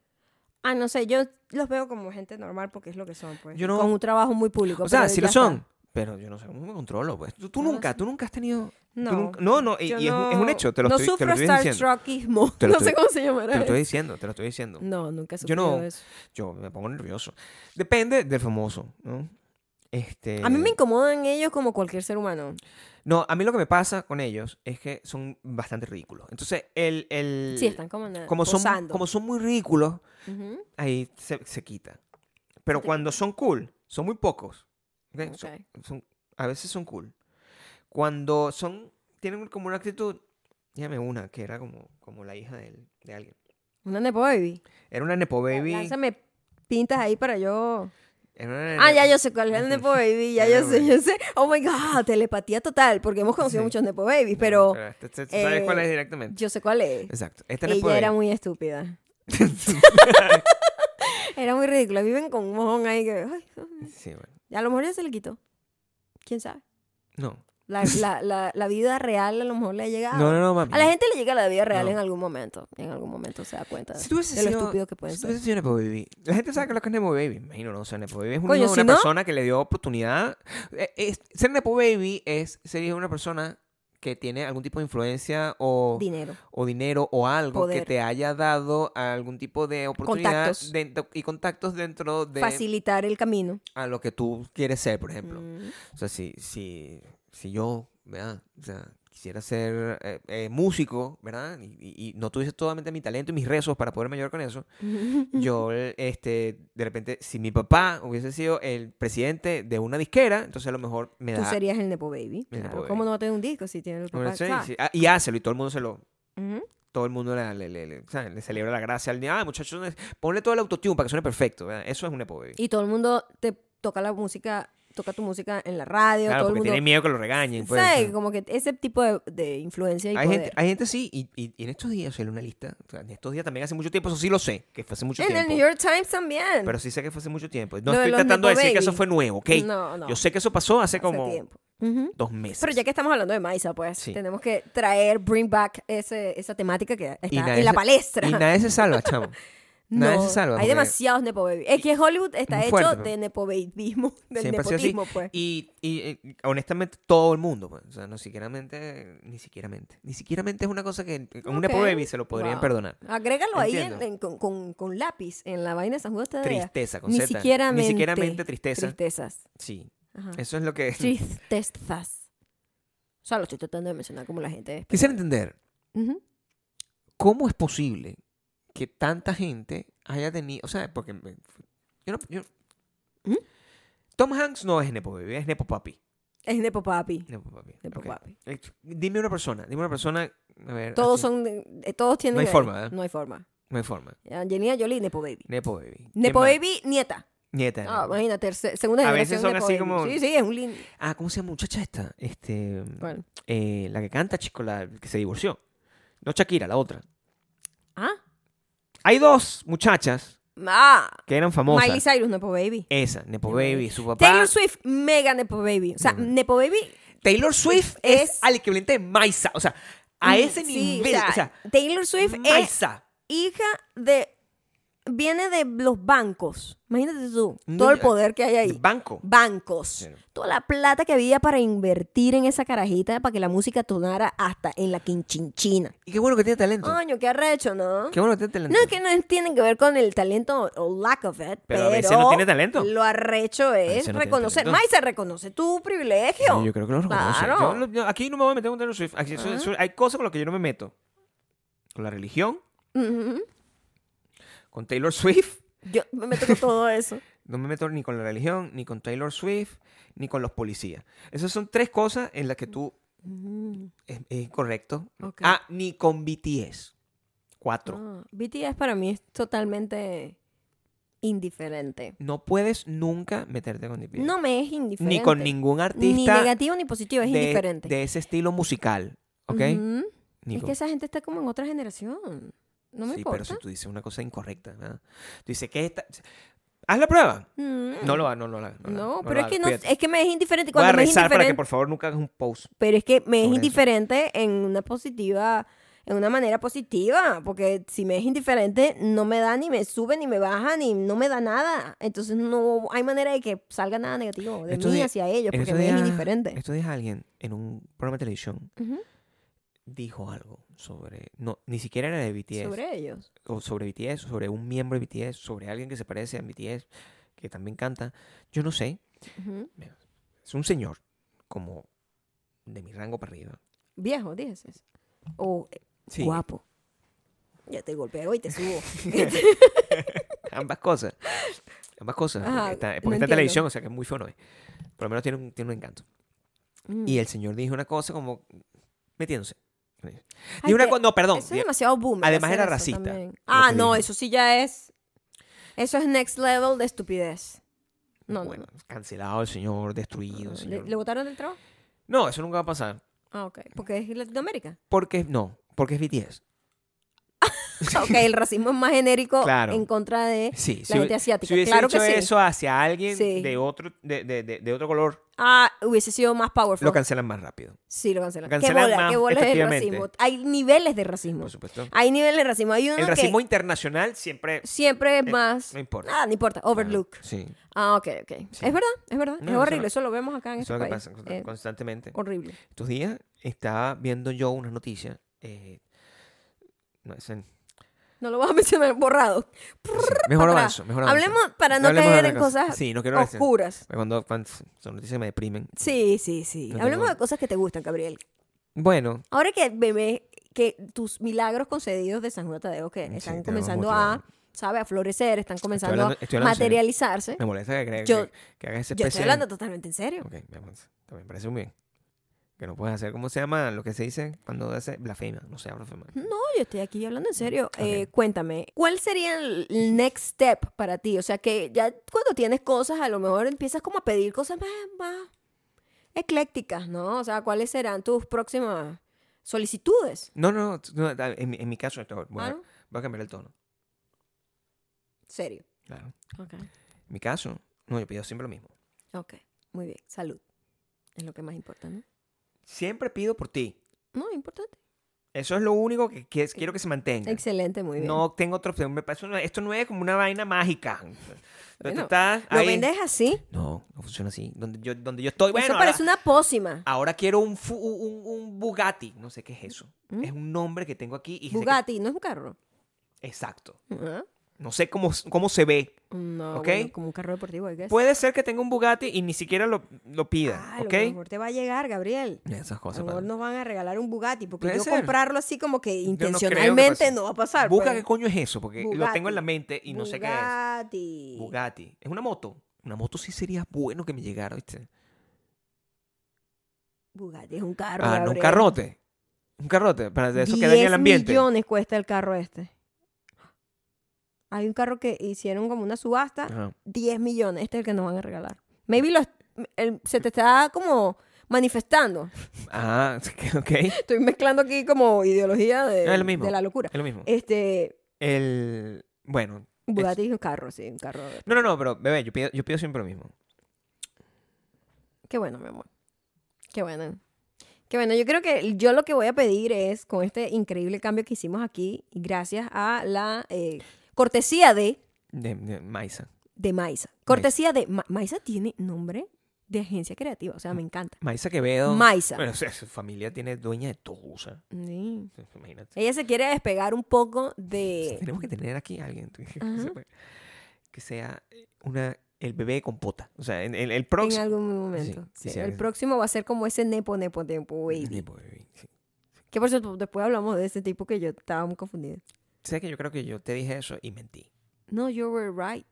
Ah, no sé, yo los veo como gente normal porque es lo que son, pues. Yo no- Con un trabajo muy público. O sea, pero sí ya lo está. son. Pero yo no sé cómo me controlo, pues. Tú, tú No lo nunca, sé. tú nunca has tenido. tú No. nunca- no, no, y, yo y es, un- es un no- hecho, te lo, no estoy, te lo sufro estoy diciendo. starstruckismo. Te lo (laughs) no estoy- sé cómo se Te lo llamará. estoy eso. diciendo, te lo estoy diciendo. No, nunca he Yo no- sufrido eso. Yo me pongo nervioso. Depende del famoso, ¿no? Este, A mí me incomodan ellos como cualquier ser humano. No, a mí lo que me pasa con ellos es que son bastante ridículos. Entonces, el. el Sí, están como, na- eh, como son, posando. como son muy ridículos, Ujú. ahí se, se quita. Pero Ok. cuando son cool, son muy pocos. ¿ok? Son- Ok. son- a veces son cool. Cuando son, tienen como una actitud, dígame una, que era como, como la hija de, él- de alguien. Una nepo baby. Era una Nepo Baby. Lánzame pintas ahí para yo. era una- Ah, ya yo sé cuál es el Nepo Baby, ya yo Nepo sé, baby. yo sé. Oh my god, telepatía total, porque hemos conocido Sí. muchos Nepo Babies, No, pero este- este- tú ¿Sabes cuál eh, es directamente? yo sé cuál es. Exacto. Esta Nepo Ella era (laughs) Baby. muy estúpida. (laughs) Era muy ridícula. Viven con un mojón ahí que. ay, ay. Sí, bueno. a lo mejor ya se le quitó. ¿Quién sabe? No. (laughs) La, la- la- la vida real a lo mejor le ha llegado. No, no, no, mami. Ah, A la gente le llega la vida real No. en algún momento. En algún momento se da cuenta de, Si tú hubieses de lo sido- estúpido pues, que pueden Si tú ser. hubieses sido Nepo Baby, la gente sabe que lo que es Nepo Baby. me Imagino, no, o sea, Nepo Baby es un- Coño, una si no- persona que le dio oportunidad. Eh, es- ser Nepo Baby es ser una persona que tiene algún tipo de influencia o, Dinero. o dinero o algo que Poder. te haya dado algún tipo de oportunidad Contactos. dentro- y contactos dentro de Facilitar el camino. a lo que tú quieres ser, por ejemplo. Mm. O sea, si, si, si yo, ¿verdad? O sea, quisiera ser eh, eh, músico, ¿verdad? Y, y- y no tuviese totalmente mi talento y mis rezos para poderme ayudar con eso, Mm. (laughs) yo, eh, este, de repente, si mi papá hubiese sido el presidente de una disquera, entonces a lo mejor me Tú da... serías el Nepo Baby. El claro. Nepo Baby. ¿Cómo no va a tener un disco si tiene el papá? Bueno, sí, ¿sabes? sí. Ah, Y hácelo y todo el mundo se lo, Ujú. todo el mundo le, le, le- le- ¿sabes? le celebra la gracia al día. Ah, muchachos, ponle todo el autotune para que suene perfecto. ¿verdad? Eso es un Nepo Baby. Y todo el mundo te toca la música, toca tu música en la radio. claro, todo el porque mundo. tiene miedo que lo regañen. pues. ¿Sabes? Como que ese tipo de, de influencia y Hay poder. gente, hay gente sí, y, y- y en estos días, o sea, en una lista, o sea, en estos días también hace mucho tiempo, eso sí lo sé, que fue hace mucho en el tiempo. New York Times también. Pero sí sé que fue hace mucho tiempo. Lo No de estoy los tratando de Nepo decir que eso Baby. fue nuevo, ¿ok? No, no. Yo sé que eso pasó hace, hace como tiempo. Ujú. dos meses. Pero ya que estamos hablando de Maisa, pues Sí. tenemos que traer, bring back ese, esa temática que está Y nadie en la se- palestra. (laughs) Y nadie se salva, chamo. nadie se salva, Hay porque- demasiados Nepo Baby. Es que Hollywood está Muy hecho fuerte, pero- de Nepo Babyismo, del Siempre ha sido así. nepotismo, pues. Y, y, eh, honestamente, todo el mundo, pues, o sea, no siquiera mente, ni siquiera mente. Ni siquiera mente es una cosa que un Nepo Ok. Baby se lo podrían Wow. perdonar. Agrégalo ahí en- Entiendo. en- con, con- con lápiz en la vaina de San Juan de Tadea. Tristeza, con Ni Z. siquiera Ni mente. siquiera mente, tristeza. Tristezas. Sí, Ajá. (laughs) eso es lo que... (laughs) Tristezas. O sea, lo estoy tratando de mencionar como la gente. es. Quisiera entender Ujú. ¿cómo es posible que tanta gente haya tenido, o sea, porque me- yo no- yo- ¿Mm? Tom Hanks no es Nepo Baby, es Nepo Papi. Es Nepo Papi. Nepo Papi. Nepo ok. Papi. Eh, Dime una persona, dime una persona, a ver. Todos así, son. de- eh, todos tienen. hay que- forma, ¿eh? No hay forma. No hay forma. Angelina Jolie, Nepo Baby. Nepo Baby. ¿Quién Nepo más? Baby, nieta. Nieta. de Ah, Nepo. imagínate, terce- segunda A generación. veces son Nepo así Baby. como- Sí, sí, es un lindo. Ah, ¿cómo se llama muchacha esta? Este, ¿Cuál? eh, la que canta, chico, la que se divorció. No Shakira, la otra. Ah, Hay dos muchachas ah que eran famosas. Miley Cyrus, Nepo Baby. Esa, Nepo Nepo Baby, Baby. su papá. Taylor Swift, mega Nepo Baby. O sea, Ujú. Nepo Baby. Taylor Swift es, Es- al equivalente de Maisa. O sea, a mm, ese sí, nivel. o sea, Taylor Swift es Maisa. hija de. Viene de los bancos. Imagínate tú, No, todo el ya- poder que hay ahí. Banco. Bancos. Claro. Toda la plata que había para invertir en esa carajita para que la música tonara hasta en la quinchinchina. Y qué bueno que tiene talento. Coño, qué arrecho, ¿no? Qué bueno que tiene talento. No es que no tienen que ver con el talento o lack of it, Pero pero, a veces no tiene talento. Lo arrecho es veces no tiene reconocer. talento. Maisa, reconoce tu privilegio. Sí, Yo creo que lo reconoce. Claro. Yo no- yo- aquí no me voy a meter con Taylor Swift. Aquí eso- Ah. eso- hay cosas con las que yo no me meto. Con la religión, Ujú. con Taylor Swift. Yo me meto con todo (laughs) eso. No me meto ni con la religión, ni con Taylor Swift, ni con los policías. Esas son tres cosas en las que tú Mm, es, es correcto. ok. Ah, ni con BTS. Cuatro. Ah, BTS para mí es totalmente indiferente. No puedes nunca meterte con BTS. No me es indiferente. ni con ningún Ni artista negativo ni positivo, es de, indiferente. de ese estilo musical. ¿Ok? Ujú. Ni Es con- que esa gente está como en otra generación. No me sí, importa. pero si tú dices una cosa incorrecta, ¿verdad? Tú dices que esta... Haz la prueba. Mm. No lo hagas, no, no lo hagas. No, lo hagas, pero lo es que hagas, no, cuídate. es que me es indiferente Voy a cuando me es rezar para indiferente. que por favor nunca hagas un post. Pero es que me es sobre eso. indiferente en una positiva, en una manera positiva, porque si me es indiferente no me da ni me sube ni me baja ni no me da nada. Entonces no hay manera de que salga nada negativo de Estos mí días- hacia ellos en porque estos me es días- indiferente. Estos días alguien en un programa de televisión Ujú, dijo algo sobre... No, ni siquiera era de BTS. Sobre ellos. o sobre BTS, o sobre un miembro de BTS, sobre alguien que se parece a BTS, que también canta. Yo no sé. Ujú. Es un señor como de mi rango para arriba. Viejo, dices. O eh, guapo. Ya te golpeo y te subo. (laughs) (laughs) Ambas cosas. Ambas cosas. Ajá, porque está, no porque está en entiendo. televisión, o sea que es muy feo, no es. Por lo menos tiene un, tiene un encanto. Mm. Y el señor dijo una cosa como metiéndose. Ay, Dijo una que- co- no, perdón. Eso es di- demasiado boom. Además era racista, lo Ah, que dijo. no, eso sí ya es. Eso es next level de estupidez. No, bueno, no, cancelado el señor, destruido. no. el ¿Le, señor. le votaron del trabajo? No, eso nunca va a pasar. Ah, ok. Porque es (laughs) Latinoamérica. Porque no, porque es BTS. ok, el racismo es más genérico Claro. en contra de Sí, Eh, la sí. gente asiática. Si hubiese claro que hecho sí. eso hacia alguien Sí. de, otro, de, de- de- de otro color, Ah, hubiese sido más powerful. lo cancelan más rápido. sí, lo cancelan. lo cancelan ¿Qué bola, más qué bola es el efectivamente. racismo? Hay niveles de racismo. Por supuesto. Hay niveles de racismo. Hay uno El racismo que internacional siempre... siempre es eh, más... No importa. Ah, no importa. Overlook. Sí, Ah, ok, ok. Sí. Es verdad, es verdad. No, es eso horrible. no- Eso lo vemos acá en este eso es lo que país. pasa consta- Eh, constantemente. horrible. Estos días estaba viendo yo una noticia. eh, no, es en- No lo vas a (laughs) mencionar borrado. sí, mejor atrás. avanzo, mejor avanzo. Hablemos para no Hablemos de caer otra en cosa. cosas Sí, no quiero decir- oscuras. Cuando cuando son noticias que me deprimen. Sí, sí, sí. No Hablemos tengo- de cosas que te gustan, Gabriel. Bueno, Ahora que bebé, que tus milagros concedidos de San Juan Tadeo que están tenemos comenzando mucho, a, ¿sabe? A florecer, están comenzando hablando- estoy a hablando en serio. materializarse. me molesta que, crea- Yo- que, que hagas Yo ese estoy especial. hablando totalmente en serio. Ok, mi amor, también me parece muy bien. Que no puedes hacer, ¿cómo se llama lo que se dice cuando hace blasfemia? No sea blasfema. No, yo estoy aquí hablando en serio. Mm, Ok. Eh, cuéntame, ¿cuál sería el el next step para ti? O sea, que ya cuando tienes cosas, a lo mejor empiezas como a pedir cosas más, más eclécticas, ¿no? O sea, ¿cuáles serán tus próximas solicitudes? No, no, no, no, en, mi- en mi caso, esto, voy, Ah, a, ¿no? voy a cambiar el tono. Serio. Claro. Ok. En mi caso, no, yo pido siempre lo mismo. Ok, muy bien. Salud. Es lo que más importa, ¿no? Siempre pido por ti. No, importante. Eso es lo único que, que es- quiero que se mantenga. Excelente, muy bien. No tengo otra opción. Me parece una- esto no es como una vaina mágica. Donde tú Bueno, estás ¿Lo ahí- vendes así? No, no funciona así. Donde yo, donde yo estoy, bueno, Eso ahora, parece una pócima. ahora quiero un, fu- un, un Bugatti. No sé qué es eso. ¿Mm? Es un nombre que tengo aquí. Y sé que- Bugatti, no es un carro. Exacto. Ah, No sé cómo, cómo se ve. No, ¿Ok? bueno, como un carro deportivo, hay que Puede ser que tenga un Bugatti y ni siquiera lo, lo pida, Ah, lo ¿ok? que a lo mejor te va a llegar, Gabriel. Esas A cosas. lo mejor pasan. nos van a regalar un Bugatti, porque Puede yo ser. comprarlo así como que Yo no creo que intencionalmente pase. no, va a pasar. Busca pues. qué coño es eso, porque lo tengo en la Bugatti. mente y no sé qué es. Bugatti. Bugatti. ¿Es una moto? Una moto sí sería bueno que me llegara, ¿viste? Bugatti es un carro. Ah, no, un Gabriel. carrote. Un carrote, para de eso que 10 daña el ambiente. millones cuesta el carro este. Hay un carro que hicieron como una subasta, Ajá. 10 millones, este es el que nos van a regalar. Maybe los, el- se te está como manifestando. (laughs) Ah, (laughs) ok. Es Estoy mezclando aquí como ideología de, No, es lo mismo. de la locura. lo mismo. Este, El. Bueno. un Bugatti es un carro, sí, un carro. No, no, no, pero bebé, yo pido, yo pido siempre lo mismo. Qué bueno, mi amor. Qué bueno. Qué bueno, yo creo que yo lo que voy a pedir es, con este increíble cambio que hicimos aquí, y gracias a la eh, cortesía de, De, de Maisa. de Maisa. Cortesía de... Ma- Maisa tiene nombre de agencia creativa, o sea, me encanta. Maisa Quevedo. Maisa. Bueno, o sea, su familia tiene dueña de todo, o sea, (laughs) Sí. imagínate. Ella se quiere despegar un poco de... Tenemos que tener aquí a alguien (laughs) tú, que Ajá. sepa- que sea eh, una, el bebé con pota. O sea, en el, el próximo. En algún momento. Sí, Sí, quisiera el que- próximo va a ser como ese Nepo Nepo Nepo Baby. Tipo, baby, sí. Que por cierto, después hablamos de ese tipo que yo estaba muy confundida. Sé que yo creo que yo te dije eso y mentí. No, you were right.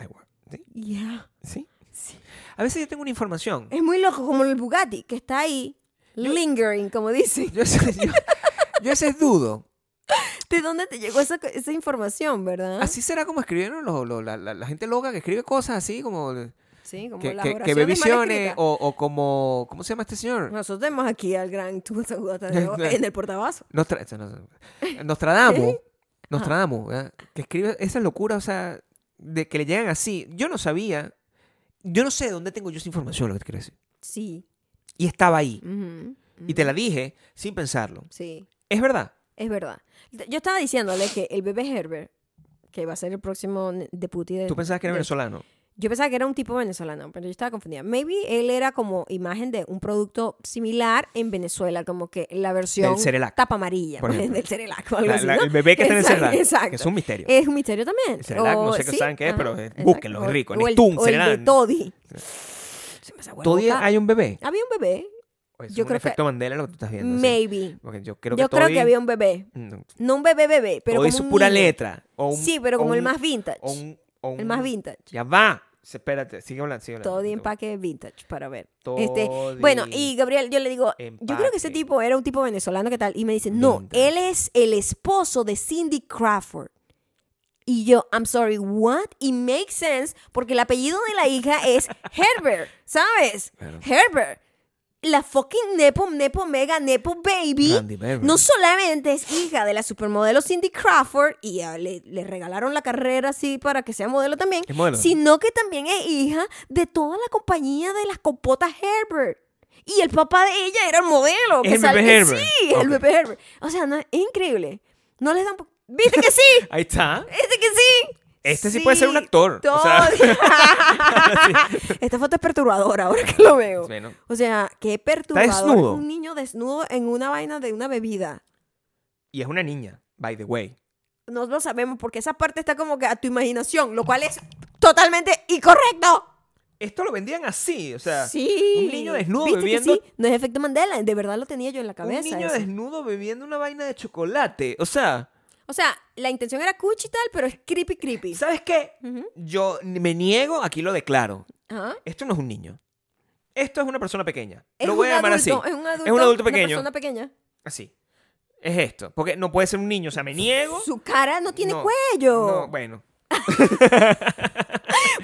I work. ¿Sí? Yeah. (laughs) ¿Sí? Sí. A veces yo tengo una información. Es muy loco, como el Bugatti, que está ahí, lingering, como dicen. Yo a veces- (laughs) yo- yo a veces dudo. (laughs) ¿De dónde te llegó esa, esa información, verdad? Así será como escribieron los- los- la, la- la gente loca que escribe cosas así como, sí, como que, las que, que oraciones ve mal visiones escritas. o, o como... ¿Cómo se llama este señor? Nosotros tenemos aquí al gran Tuta Gota (laughs) de Oro en el portavasos. Nostra- eso no- (laughs) Nostradamus. Ah. Nostradamus, ¿verdad? que escribe esa locura, o sea, de que le llegan así. Yo no sabía, yo no sé de dónde tengo yo esa información, lo que te quiero decir. Sí. Y estaba ahí. Ujú, Y Mm. te la dije sin pensarlo. Sí, Es verdad. es verdad. Yo estaba diciéndole que el bebé Herbert, que va a ser el próximo deputy de... Tú pensabas que era de- venezolano. Yo pensaba que era un tipo venezolano, pero yo estaba confundida. Maybe él era como imagen de un producto similar en Venezuela, como que la versión Del Cerelac. tapa amarilla pues, Por ejemplo. del Cerelac o algo La- así, la- ¿no? el bebé que está en el Exacto, Cerelac, exacto. Eh, que es un misterio. Es un misterio también. El Cerelac, no sé qué saben qué es, ajá, pero, eh, exacto. búsquenlo, es O- rico, o ni el- Tun, o el de Cerelac. (laughs) Toddy. Se me hace huevo ¿Todavía boca. hay un bebé? Había un bebé, O es Yo un creo que- efecto Mandela lo que tú estás viendo. sí. maybe. Porque yo creo que yo creo Toddy- que había un bebé. No, No un bebé bebé, pero Toddy como su un pura niño. letra. O un- sí, pero o como el un- más vintage. o un- o el más un- vintage. Ya va. Espérate, sigue hablando. Sigue hablando. Todo de Sigue hablando. empaque vintage para ver. Este, Todo bueno, de y Gabriel, yo le digo, yo creo que ese empaque. tipo era un tipo venezolano que tal. Y me dice, no, Vintage. él es el esposo de Cindy Crawford. Y yo, I'm sorry, what? It makes sense porque el apellido de la hija (laughs) es Herbert, ¿sabes? Claro. Herbert. La fucking Nepo, Nepo Mega, Nepo Baby. Randy Barber. No solamente es hija de la supermodelo Cindy Crawford y ah, le, le regalaron la carrera así para que sea modelo también, Es modelo. sino que también es hija de toda la compañía de las compotas Herbert. Y el papá de ella era el modelo. Es que el bebé sale- Herbert. Sí, es el Ok. bebé Herbert. O sea, no, es increíble. No les dan... po- ¿Viste que sí? (laughs) Ahí está. (laughs) ¿Viste que sí? Este sí puede ser un actor, o sea. Todo. (laughs) Esta foto es perturbadora ahora que lo veo. Bueno, O sea, qué perturbador. desnudo. Un niño desnudo en una vaina de una bebida. y es una niña, by the way. No lo sabemos porque esa parte está como que a tu imaginación, lo cual es totalmente incorrecto. Esto lo vendían así, o sea, sí. un niño desnudo ¿Viste que bebiendo- sí? No es efecto Mandela, de verdad lo tenía yo en la un cabeza. niño eso. desnudo bebiendo una vaina de chocolate. O sea, O sea, la intención era cuchi y tal, pero es creepy creepy. ¿sabes qué? Ujú. Yo ni- me niego, aquí lo declaro. Ajá. Esto no es un niño. Esto es una persona pequeña. Es lo voy un a llamar adulto, así. Es un adulto, adulto una pequeño. persona pequeña. Así. Es esto. Porque no puede ser un niño. O sea, me niego. Su cara no tiene No, cuello. No, bueno.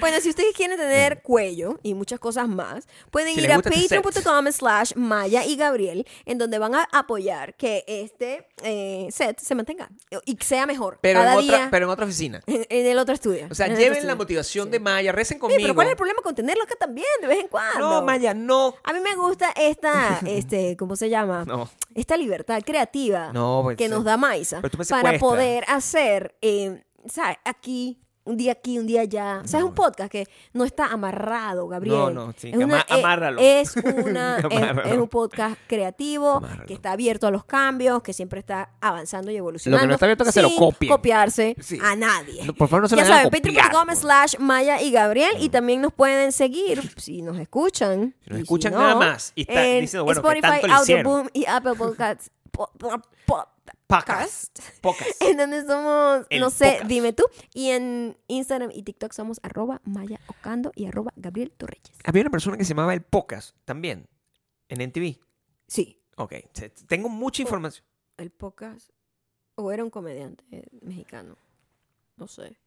Bueno, si ustedes quieren tener cuello y muchas cosas más, pueden Si ir les a gusta este set. patreon.com slash Maya y Gabriel, en donde van a apoyar que este eh, set se mantenga y que sea mejor Pero, cada en otra, día pero en otra oficina. en, en el otro estudio. (laughs) O sea, en el otro lleven la estudio. motivación Sí. de Maya, recen Oye, conmigo. pero ¿cuál es el problema con tenerlo acá también de vez en cuando? no, Maya, no. A mí me gusta (laughs) esta, este, ¿cómo se llama? No. Esta libertad creativa No, pues, que sí. nos da Maisa Pero tú me para secuestras. poder hacer, eh, ¿sabes? Aquí un día aquí, un día allá. O sea, es un podcast que no está amarrado, Gabriel. No, no, sí, es que ama- eh, amárralo. (laughs) Es, una, es- Amárralo. es un podcast creativo, Amárralo. que está abierto a los cambios, que siempre está avanzando y evolucionando. está abierto es que se lo sin copien. copiarse Sí. a nadie. No, por favor, no se lo ya vayan a saben, copiar, patreon.com ¿no? slash Maya y Gabriel. Y también nos pueden seguir si nos escuchan. Si nos y escuchan nada más y están en diciendo, bueno, ¿qué Spotify, tanto le hicieron? Audioboom y Apple Podcasts. (laughs) Po- po- po- Pocas. Pocas. (laughs) en donde somos, El no sé, podcast. dime tú. Y en Instagram y TikTok somos arroba Maya Ocando y arroba Gabriel Torreyes. Había una persona que se llamaba el Pocas también en NTV. Sí, Ok, se- tengo Oh, mucha información. el podcast. O era un comediante eh, mexicano. No sé.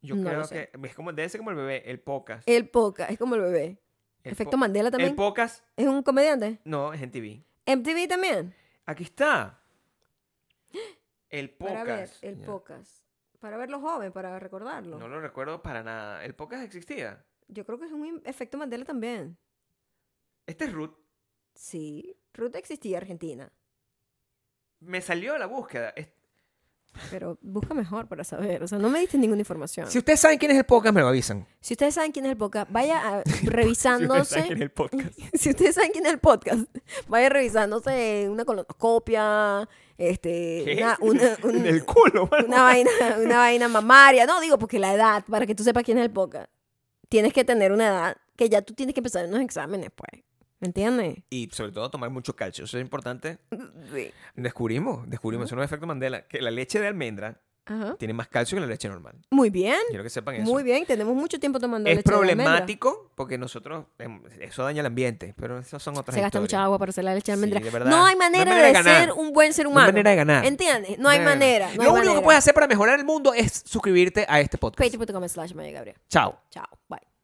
Yo No lo creo sé. que es como, debe ser como el bebé, el Pocas. El podcast, es como el bebé. El Efecto po- Mandela El también. Pocas, Es un comediante. no, es NTV. MTV también. Aquí está. El (gasps) Pocas. Para ver el Ya. podcast. Para verlo joven, para recordarlo. No lo recuerdo para nada. ¿El Pocas existía? Yo creo que es un im- efecto Mandela también. Este es Ruth. Sí. Ruth existía en Argentina. Me salió la búsqueda. Es- Pero busca mejor para saber. O sea, no me diste ninguna información. Ah. Si ustedes saben quién es el Pocas, me lo avisan. Si ustedes saben quién es el podcast, vaya a- (laughs) Si ustedes saben quién es revisándose. el Pocas. si ustedes saben quién es el podcast, vaya revisándose una colonoscopia, este, ¿Qué? una, (laughs) una, un- (laughs) En el culo, mano. una vaina, una vaina mamaria. No, digo, porque la edad, para que tú sepas quién es el podcast, tienes que tener una edad que ya tú tienes que empezar unos exámenes, pues. ¿Me entiendes? Y sobre todo tomar mucho calcio. Eso es importante. Sí. Descubrimos, descubrimos, Ujú. eso no es efecto Mandela, que la leche de almendra Ajá. tiene más calcio que la leche normal. Muy bien, Quiero que sepan eso. muy bien. Tenemos mucho tiempo tomando es leche de almendra. problemático porque nosotros, em, eso daña el ambiente, pero esas son otras Se gasta historias. mucha agua para hacer la leche de Sí, almendra. de verdad. no hay No hay manera, manera de de, ganar. ser un buen ser No hay humano. manera de ganar. ¿Entiendes? No hay Bueno, manera. Lo único que puedes hacer para mejorar el mundo es suscribirte a este podcast. Patreon.com slash Maya Gabriel. Chao. Chao. Bye.